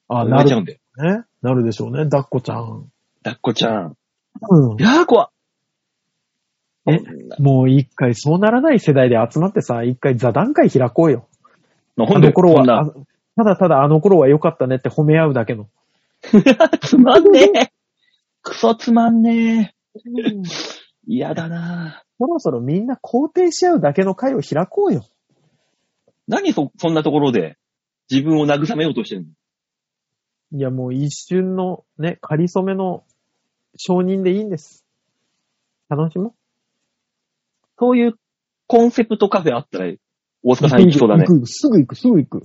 Speaker 3: あ、
Speaker 2: な
Speaker 3: な
Speaker 2: っちゃう
Speaker 3: る
Speaker 2: んだよ。
Speaker 3: ね。なるでしょうね。抱っこちゃん。
Speaker 2: だっこちゃん。
Speaker 3: うん
Speaker 2: い。やー、怖っ
Speaker 3: えもう一回、そうならない世代で集まってさ、一回座談会開こうよ。
Speaker 2: の
Speaker 3: あ
Speaker 2: 本
Speaker 3: の
Speaker 2: で
Speaker 3: 頃
Speaker 2: こん
Speaker 3: は、あ
Speaker 2: な。
Speaker 3: ただただあの頃は良かったねって褒め合うだけの。
Speaker 2: つまんねえ。クソつまんねえ。嫌だな
Speaker 3: そろそろみんな肯定し合うだけの会を開こうよ。
Speaker 2: 何そ、そんなところで自分を慰めようとしてるの
Speaker 3: いや、もう一瞬のね、仮初めの承認でいいんです。楽しも
Speaker 2: そういうコンセプトカフェあったら、大
Speaker 3: う。
Speaker 2: 塚さん行きそうだね。
Speaker 3: 行くすぐ行く、すぐ行く。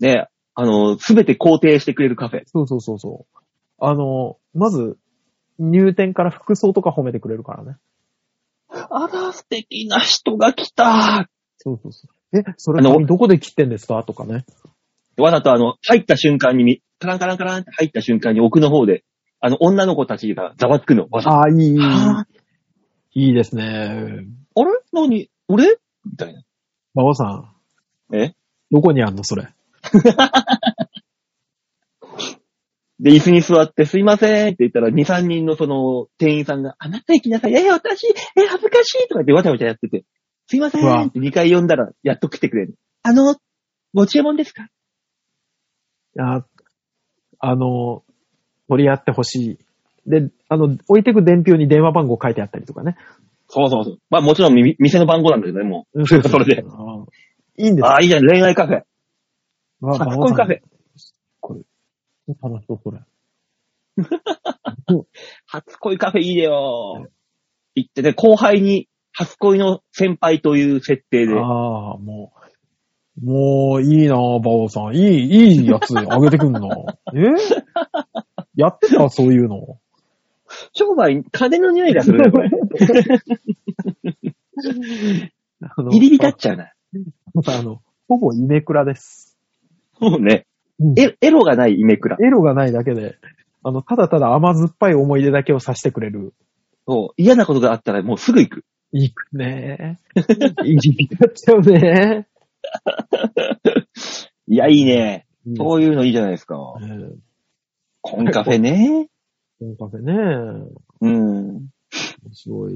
Speaker 2: ね、あの、すべて肯定してくれるカフェ。
Speaker 3: そうそうそうそう。あの、まず、入店から服装とか褒めてくれるからね。
Speaker 2: あら、素敵な人が来た。
Speaker 3: そうそうそう。え、それ
Speaker 2: あの
Speaker 3: 髪どこで切ってんですかとかね。
Speaker 2: わざとあの、入った瞬間にみ、カランカランカランって入った瞬間に奥の方で、あの、女の子たちがざわつくの。わざと
Speaker 3: ああ、いい、いい
Speaker 2: はあ
Speaker 3: いいですね。
Speaker 2: あれ何俺みたいな。
Speaker 3: 馬場さん。
Speaker 2: え
Speaker 3: どこにあんのそれ。
Speaker 2: で、椅子に座ってすいませんって言ったら、2、3人のその、店員さんが、あなた行きなさい。え、私、え、恥ずかしいとか言ってわちゃわちゃやってて、すいませ
Speaker 3: うわ
Speaker 2: んって2回呼んだら、やっと来てくれる。あの、ご注文ですか
Speaker 3: あ、あの、取り合ってほしい。で、あの、置いてく伝票に電話番号書いてあったりとかね。
Speaker 2: そうそうそう。まあもちろんみ店の番号なんだけどね、もう。それで。
Speaker 3: あいいんです
Speaker 2: ああ、いいじゃん、恋愛カフェ。
Speaker 3: わ
Speaker 2: 初恋カフェ。。
Speaker 3: これ、楽しそう、これ。
Speaker 2: 初恋カフェいいよ。行ってね、後輩に初恋の先輩という設定で、
Speaker 3: ああ、もう、もう、いいなぁ、バオさん。いい、いいやつあげてくんな。 えやってたそういうの。
Speaker 2: 商売、金の匂いが するね、これ。
Speaker 3: あの
Speaker 2: ギリギリ立っちゃうな。
Speaker 3: あの、ほぼイメクラです。
Speaker 2: もうね、
Speaker 3: うん
Speaker 2: エエロがないイメクラ。
Speaker 3: エロがないだけで、あの、ただただ甘酸っぱい思い出だけをさせてくれる。
Speaker 2: そう。嫌なことがあったらもうすぐ行く。
Speaker 3: いく ねぇ。いいやっちゃうね
Speaker 2: いや、いいね。
Speaker 3: ぇ。
Speaker 2: そういうのいいじゃないですか。
Speaker 3: うん
Speaker 2: コンカフェね。
Speaker 3: コンカフェね面
Speaker 2: うん。
Speaker 3: 白い。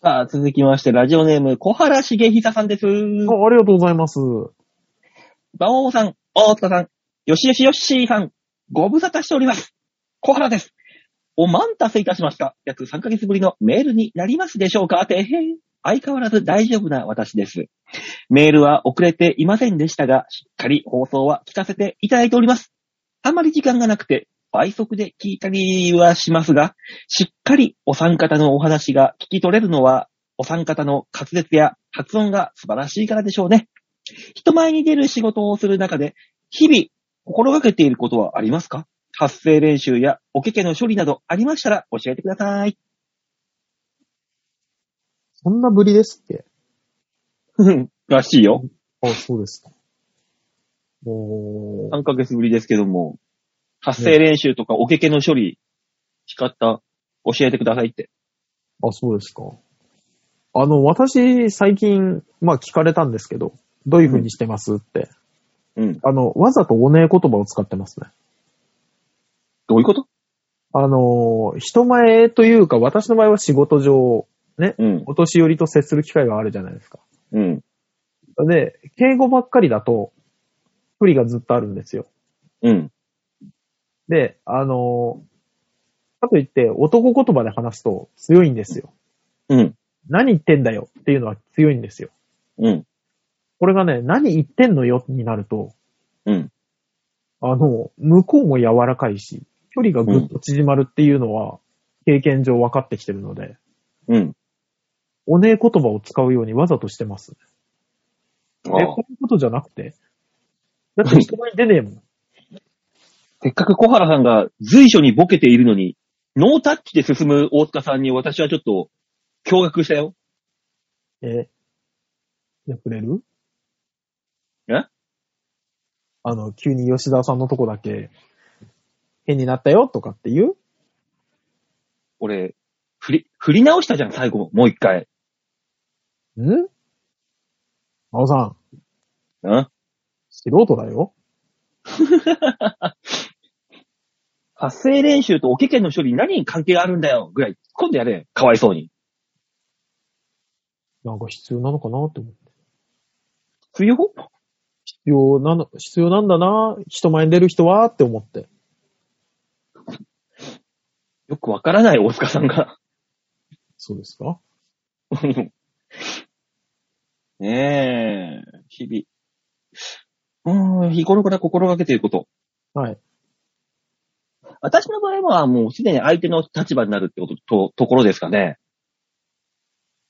Speaker 2: さあ、続きまして、ラジオネーム、小原茂久さんです。
Speaker 3: あありがとうございます。
Speaker 2: 馬王さん、大塚さん、よしよしよっしーさん、ご無沙汰しております。小原です。お待たせいたしました。約3ヶ月ぶりのメールになりますでしょうかてへん。相変わらず大丈夫な私です。メールは遅れていませんでしたが、しっかり放送は聞かせていただいております。あまり時間がなくて、倍速で聞いたりはしますが、しっかりお三方のお話が聞き取れるのは、お三方の滑舌や発音が素晴らしいからでしょうね。人前に出る仕事をする中で、日々心がけていることはありますか発声練習やおけけの処理などありましたら教えてください。
Speaker 3: そんなぶりですって。
Speaker 2: らしいよ。
Speaker 3: あ、そうですか。おー。
Speaker 2: 3ヶ月ぶりですけども、発声練習とかおけけの処理、仕方、教えてくださいって。
Speaker 3: あ、そうですか。あの、私、最近、まあ聞かれたんですけど、どういう風にしてますって。
Speaker 2: うん。
Speaker 3: あの、わざとおねえ言葉を使ってますね。
Speaker 2: どういうこと
Speaker 3: あの、人前というか、私の場合は仕事上、
Speaker 2: うん。
Speaker 3: お年寄りと接する機会があるじゃないですか。
Speaker 2: うん。
Speaker 3: で、敬語ばっかりだと、不利がずっとあるんですよ。
Speaker 2: うん。
Speaker 3: で、あの、かといって、男言葉で話すと強いんですよ。
Speaker 2: うん。
Speaker 3: 何言ってんだよっていうのは強いんですよ。
Speaker 2: うん。
Speaker 3: これがね、何言ってんのよになると、
Speaker 2: うん。
Speaker 3: あの、向こうも柔らかいし、距離がぐっと縮まるっていうのは、経験上分かってきてるので、
Speaker 2: うん。
Speaker 3: おねえ言葉を使うようにわざとしてます。え、こういうことじゃなくて。だって人前に出ねえもん。
Speaker 2: せっかく小原さんが随所にボケているのに、ノータッチで進む大塚さんに私はちょっと驚愕したよ。
Speaker 3: え、じゃあくれる
Speaker 2: え
Speaker 3: あの、急に吉沢さんのとこだけ、変になったよとかって言う
Speaker 2: 俺、振り、振り直したじゃん、最後。もう一回。
Speaker 3: ん真央さん、
Speaker 2: うん
Speaker 3: 素人だよ。
Speaker 2: 発声練習とおけけの処理何に関係あるんだよぐらい突っ込んでやれ。かわいそうに。
Speaker 3: なんか必要なのかなって思う。
Speaker 2: 必要
Speaker 3: 必要なの、必要なんだな人前に出る人はって思って。
Speaker 2: よくわからない大塚さんが。
Speaker 3: そうですか
Speaker 2: ねえ、日々。うーん、日頃から心がけていること。
Speaker 3: はい。
Speaker 2: 私の場合はもうすでに相手の立場になるってことと、ところですかね。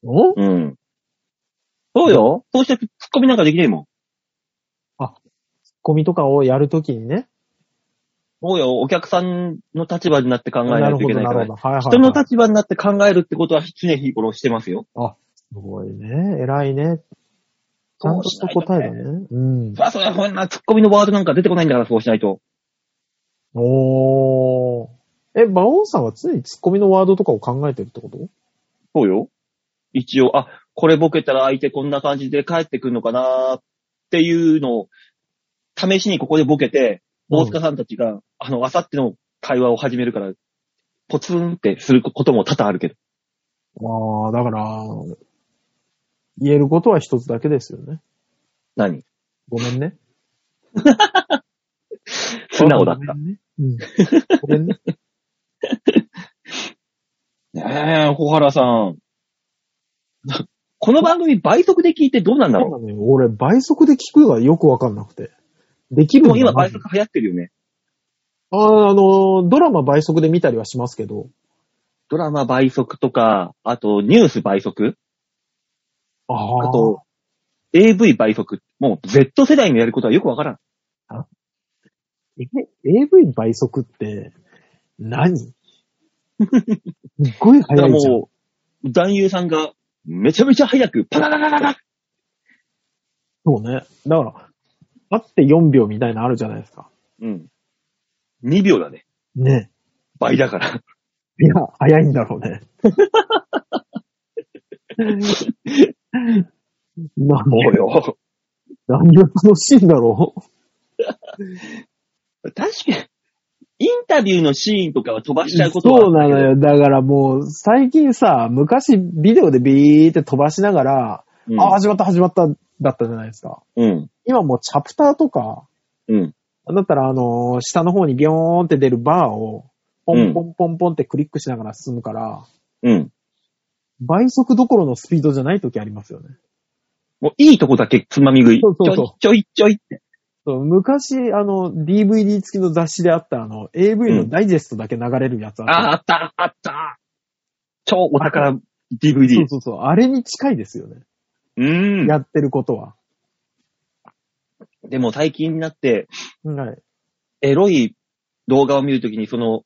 Speaker 3: お
Speaker 2: うん。そうよ。そうして突っ込みなんかできねえもん。
Speaker 3: ゴミとかをやるときにね。
Speaker 2: そうよ。お客さんの立場になって考えないといけないから。
Speaker 3: ど。はいはい、はい。
Speaker 2: 人の立場になって考えるってことは常日頃してますよ。
Speaker 3: すごいね。偉いね。ちゃんとした答えだね。うん。
Speaker 2: まあ、そりゃこんな突っ込みのワードなんか出てこないんだから、そうしないと。
Speaker 3: おー。え、馬王さんは常にツッコミのワードとかを考えてるってこと
Speaker 2: そうよ。一応、あ、これボケたら相手こんな感じで帰ってくるのかなっていうのを、試しにここでボケて、大塚さんたちが、あの、あさっての会話を始めるから、ポツンってすることも多々あるけど。
Speaker 3: ああ、だから、言えることは一つだけですよね。
Speaker 2: 何
Speaker 3: ごめんね。
Speaker 2: 素直だった
Speaker 3: ご。めんね。うん。ごめんね。
Speaker 2: ねえ、小原さん。 この番組倍速で聞いてどうなんだ
Speaker 3: そう
Speaker 2: ろ
Speaker 3: なのよ俺、倍速で聞くのがよくわかんなくて。でき
Speaker 2: う。
Speaker 3: るん
Speaker 2: も
Speaker 3: だ
Speaker 2: う
Speaker 3: な
Speaker 2: 今倍速流行ってるよね。
Speaker 3: ああ、あの、ドラマ倍速で見たりはしますけど。
Speaker 2: ドラマ倍速とか、あとニュース倍速、
Speaker 3: ああ
Speaker 2: あと AV 倍速。もう Z 世代のやることはよくわからん。
Speaker 3: え AV 倍速って何、すっごい
Speaker 2: だから
Speaker 3: 早いじゃん。
Speaker 2: もう、男優さんがめちゃめちゃ早く、パラララララ
Speaker 3: そうね。だから、あって4秒みたいなのあるじゃないですか。
Speaker 2: うん。2秒だね。
Speaker 3: ね。
Speaker 2: 倍だから。
Speaker 3: いや、早いんだろ うね。なんで
Speaker 2: もう、よ。
Speaker 3: 何が楽しいんだろ
Speaker 2: 確かに、インタビューのシーンとかは飛ば
Speaker 3: う。
Speaker 2: しちゃうことはあ
Speaker 3: そうなのよ。だからもう、最近さ、昔ビデオでビーって飛ばしながら、
Speaker 2: るけど。
Speaker 3: あ、始まった始まった、だったじゃないですか。
Speaker 2: うん。うん。
Speaker 3: 今もうチャプターとか、
Speaker 2: うん。
Speaker 3: だったら、あのー下の方にビョーンって出るバーを、ポンポンポンポンってクリックしながら進むから、
Speaker 2: うん。
Speaker 3: 倍速どころのスピードじゃない時ありますよね。
Speaker 2: もういいとこだけつまみ食い。
Speaker 3: そうそうそう
Speaker 2: ちょいちょいちょいって。
Speaker 3: そう昔、あの、DVD 付きの雑誌であった、あの、AV のダイジェストだけ流れるやつあった。
Speaker 2: あ、あった、あった。超お宝 DVD。
Speaker 3: そう
Speaker 2: う
Speaker 3: そうそう。あれに近いですよね。
Speaker 2: ん。
Speaker 3: やってることは。
Speaker 2: でも最近になって、
Speaker 3: はい。
Speaker 2: エロい動画を見るときに、その、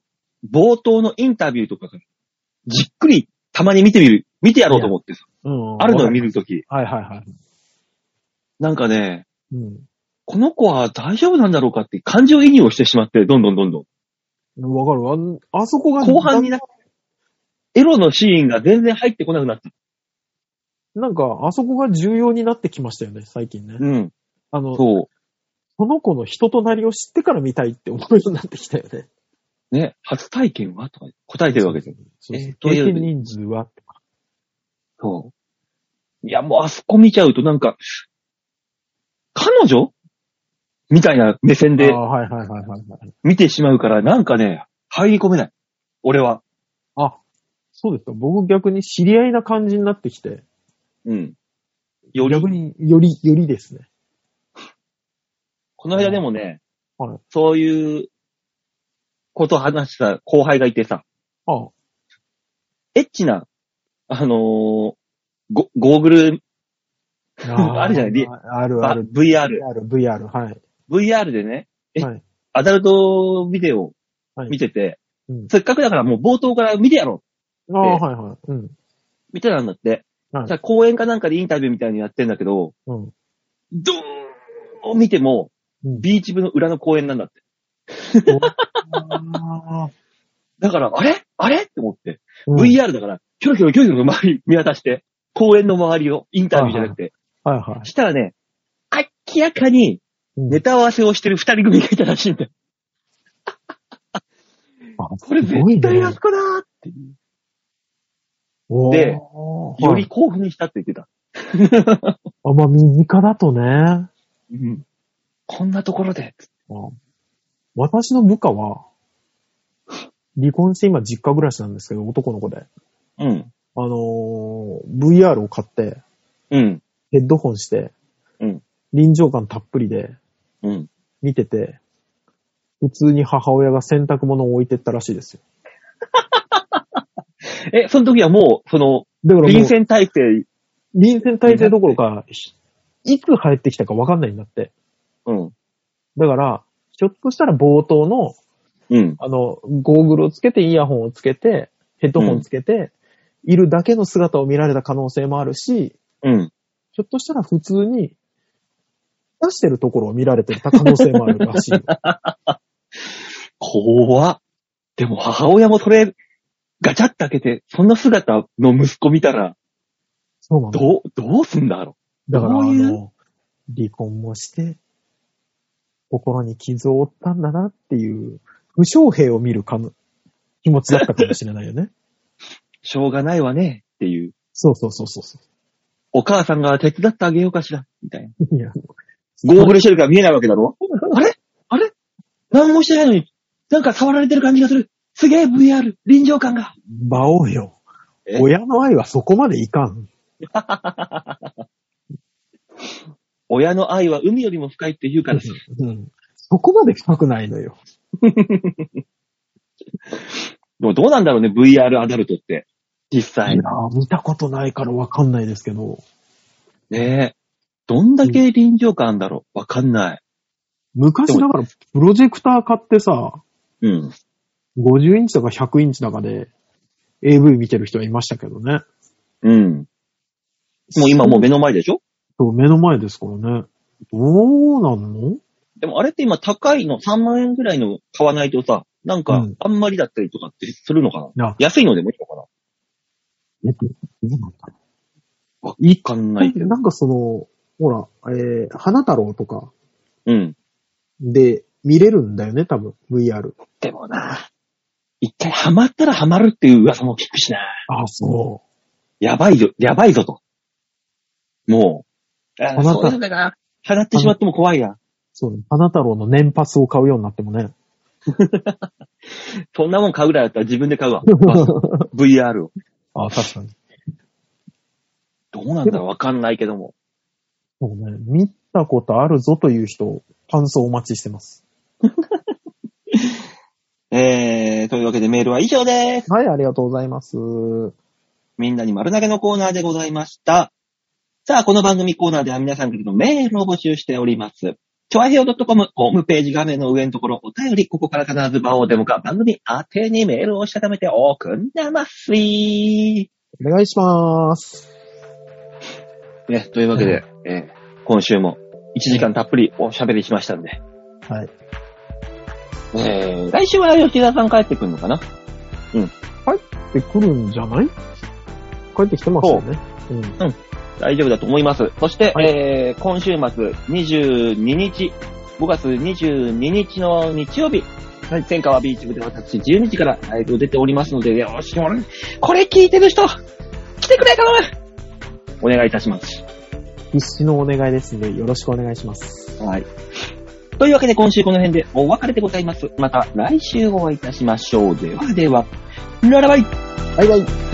Speaker 2: 冒頭のインタビューとかが、じっくりたまに見てみる、見てやろうと思ってさ、
Speaker 3: うん。
Speaker 2: あるのを見るとき、
Speaker 3: はいはいはい。
Speaker 2: なんかね、
Speaker 3: う
Speaker 2: この子は大丈夫なんだろうかって感情移入をしてしまって、どんどんどんどん。
Speaker 3: ん。わかるわ。あそこが、
Speaker 2: 後半にな
Speaker 3: な
Speaker 2: って、エロのシーンが全然入ってこなくなった。
Speaker 3: なんか、あそこが重要になってきましたよね、最近ね。
Speaker 2: うん。
Speaker 3: あの、
Speaker 2: そう。
Speaker 3: その子の人となりを知ってから見たいって思うようになってきたよ ね。
Speaker 2: ね、初体験はとか答えてるわけですよ。
Speaker 3: そうそう
Speaker 2: えーという
Speaker 3: 経験人数はとか
Speaker 2: そう。いや、もうあそこ見ちゃうとなんか、彼女みたいな目線で
Speaker 3: あーはいはいはいはいはい。
Speaker 2: 見てしまうから、なんかね、入り込めない。俺は。
Speaker 3: あ、そうですか。僕逆に知り合いな感じになってきて、
Speaker 2: うん。より
Speaker 3: 逆、により、よりですね。
Speaker 2: この間でもね、
Speaker 3: はい
Speaker 2: そういうことを話した後輩がいてさ、
Speaker 3: ああ
Speaker 2: エッチな、あのーゴゴーグル、
Speaker 3: ー
Speaker 2: あるじゃないリ
Speaker 3: あるあ
Speaker 2: あ
Speaker 3: る。
Speaker 2: VR、
Speaker 3: VR、VR、はい。
Speaker 2: VR でね、え
Speaker 3: はい。
Speaker 2: アダルトビデオ
Speaker 3: はい
Speaker 2: 見てて、
Speaker 3: うん
Speaker 2: せっかくだからもう冒頭から見てやろう
Speaker 3: ああ、はいはい。うん。
Speaker 2: みたいなんだって。
Speaker 3: はい
Speaker 2: さ、講演かなんかでインタビューみたいにやってんだけど、
Speaker 3: うん。
Speaker 2: どう見ても、
Speaker 3: うん
Speaker 2: ビーチ部の裏の公園なんだって。
Speaker 3: あ
Speaker 2: だから、あれあれって思って、
Speaker 3: ー
Speaker 2: VR だから、キョロキョロキョロキョロ周り見渡して、公園の周りを、インタビューじゃなくて、
Speaker 3: はいは
Speaker 2: したらね、明らかに
Speaker 3: い。うん
Speaker 2: ネタ合わせをしてる二人組がいたらしいんだよ。
Speaker 3: あ
Speaker 2: これ
Speaker 3: すごい
Speaker 2: 絶対
Speaker 3: ね
Speaker 2: あそこだーって、
Speaker 3: おー
Speaker 2: で
Speaker 3: はい
Speaker 2: より興奮にしたって言ってた。
Speaker 3: あ、まあ、身近だとね。
Speaker 2: うん。こんなところで。
Speaker 3: うん私の部下は、離婚して今実家暮らしなんですけど、男の子で。
Speaker 2: うん。
Speaker 3: あのー VR を買って、
Speaker 2: うん。
Speaker 3: ヘッドホンして、
Speaker 2: うん
Speaker 3: 臨場感たっぷりで
Speaker 2: うん。
Speaker 3: 見てて、普通に母親が洗濯物を置いてったらしいですよ。
Speaker 2: え、その時はもう、その、
Speaker 3: だからも
Speaker 2: 臨
Speaker 3: う、
Speaker 2: 戦態勢、
Speaker 3: 臨戦体制どころか、ひいつ入ってきたかわかんないんだって。
Speaker 2: うん。
Speaker 3: だから、ひょっとしたら冒頭の、
Speaker 2: うん。
Speaker 3: あの、ゴーグルをつけて、イヤホンをつけて、ヘッドホンつけて、いるだけの姿を見られた可能性もあるし、
Speaker 2: うん。
Speaker 3: ひょっとしたら普通に、出してるところを見られてた可能性もあ るらしいよ。
Speaker 2: 怖っ。でも母親もそれ、ガチャッと開けて、そんな姿の息子見たら、
Speaker 3: そうなんだ。
Speaker 2: どう、どうすんだろ
Speaker 3: だから、
Speaker 2: どう
Speaker 3: あ
Speaker 2: いう
Speaker 3: の、離婚もして、心に傷を負ったんだなっていう、不祥兵を見るかの気持ちだったかもしれないよ ね。
Speaker 2: う。しょうがないわね、っていう。
Speaker 3: そうそうそうそうそ
Speaker 2: お母さんが手伝ってあげようかしら、みたいな。
Speaker 3: う。いや、
Speaker 2: ゴーグルしてるから見えないわけだろあれあれ何もしてないのに、なんか触られてる感じがする。すげえ VR、臨場感が。
Speaker 3: 馬王よ
Speaker 2: え。
Speaker 3: 親の愛はそこまでいかん。
Speaker 2: 親の愛は海よりも深いって言うからさ。
Speaker 3: うん。そこまで深くないのよ。
Speaker 2: でもどうなんだろうね、VR アダルトって。実
Speaker 3: い
Speaker 2: 際
Speaker 3: や。ー見たことないからわかんないですけど、
Speaker 2: ねえ。どんだけ臨場感あんだろうわかんない。
Speaker 3: 昔だからプロジェクター買ってさ、
Speaker 2: うん。
Speaker 3: 50インチとか100インチとかで AV 見てる人はいましたけどね。
Speaker 2: うん。もう今もう目の前でしょ
Speaker 3: そう、目の前ですからね。どうなんの
Speaker 2: でもあれって今高いの、3万円ぐらいの買わないとさ、なん
Speaker 3: う
Speaker 2: か
Speaker 3: ん
Speaker 2: あんまりだったりとかってするのかな、
Speaker 3: あ
Speaker 2: 安いのでもいいのかな
Speaker 3: えっと、どうなんだろ
Speaker 2: わいかん
Speaker 3: う
Speaker 2: ないけど。
Speaker 3: なんかその、ほら、えー、花太郎とか
Speaker 2: うん。
Speaker 3: で見れるんだよね、多分、VR。
Speaker 2: でもな、一回ハマったらハマるっていう噂も聞くしな。
Speaker 3: あ、そ
Speaker 2: やばいぞ、やばいぞと。もう。あ
Speaker 3: ハマった
Speaker 2: そうだな。放ってしまっても怖いや。
Speaker 3: う。そうね。花太郎の年パスを買うようになってもね。
Speaker 2: そんなもん買うぐらいだったら自分で買う わ。バス VR を。
Speaker 3: あ、確かに。
Speaker 2: どうなんだろうわかんないけども。
Speaker 3: そうね。見たことあるぞという人、感想お待ちしてます。
Speaker 2: えー、というわけでメールは以上です。
Speaker 3: はい、ありがとうございます。
Speaker 2: みんなに丸投げのコーナーでございました。さあ、この番組コーナーでは皆さんからのメールを募集しております。ちょあひょう .com ホームページ画面の上のところお便り、ここから必ず場をデモか番組宛てにメールをしたためておくんなますい。
Speaker 3: お願いします。
Speaker 2: ね、というわけで、えー今週も1時間たっぷりおしゃべりしましたんで、
Speaker 3: はい。
Speaker 2: えー、来週は吉田さん帰ってくるのかな
Speaker 3: で、来るんじゃない帰ってきてますよね。うん。
Speaker 2: 大丈夫だと思います。そして、
Speaker 3: はい
Speaker 2: えー今週末22日、5月22日の日曜日、はい、千川ビーチ部で私12時からライブを出ておりますので、よし、俺これ聞いてる人、来てくれ、頼むお願いいたします。
Speaker 3: 必死のお願いですので、よろしくお願いします。
Speaker 2: はい。というわけで今週この辺でお別れでございます。また来週お会いいたしましょう。ではでは、ララバイ
Speaker 3: バイバイ。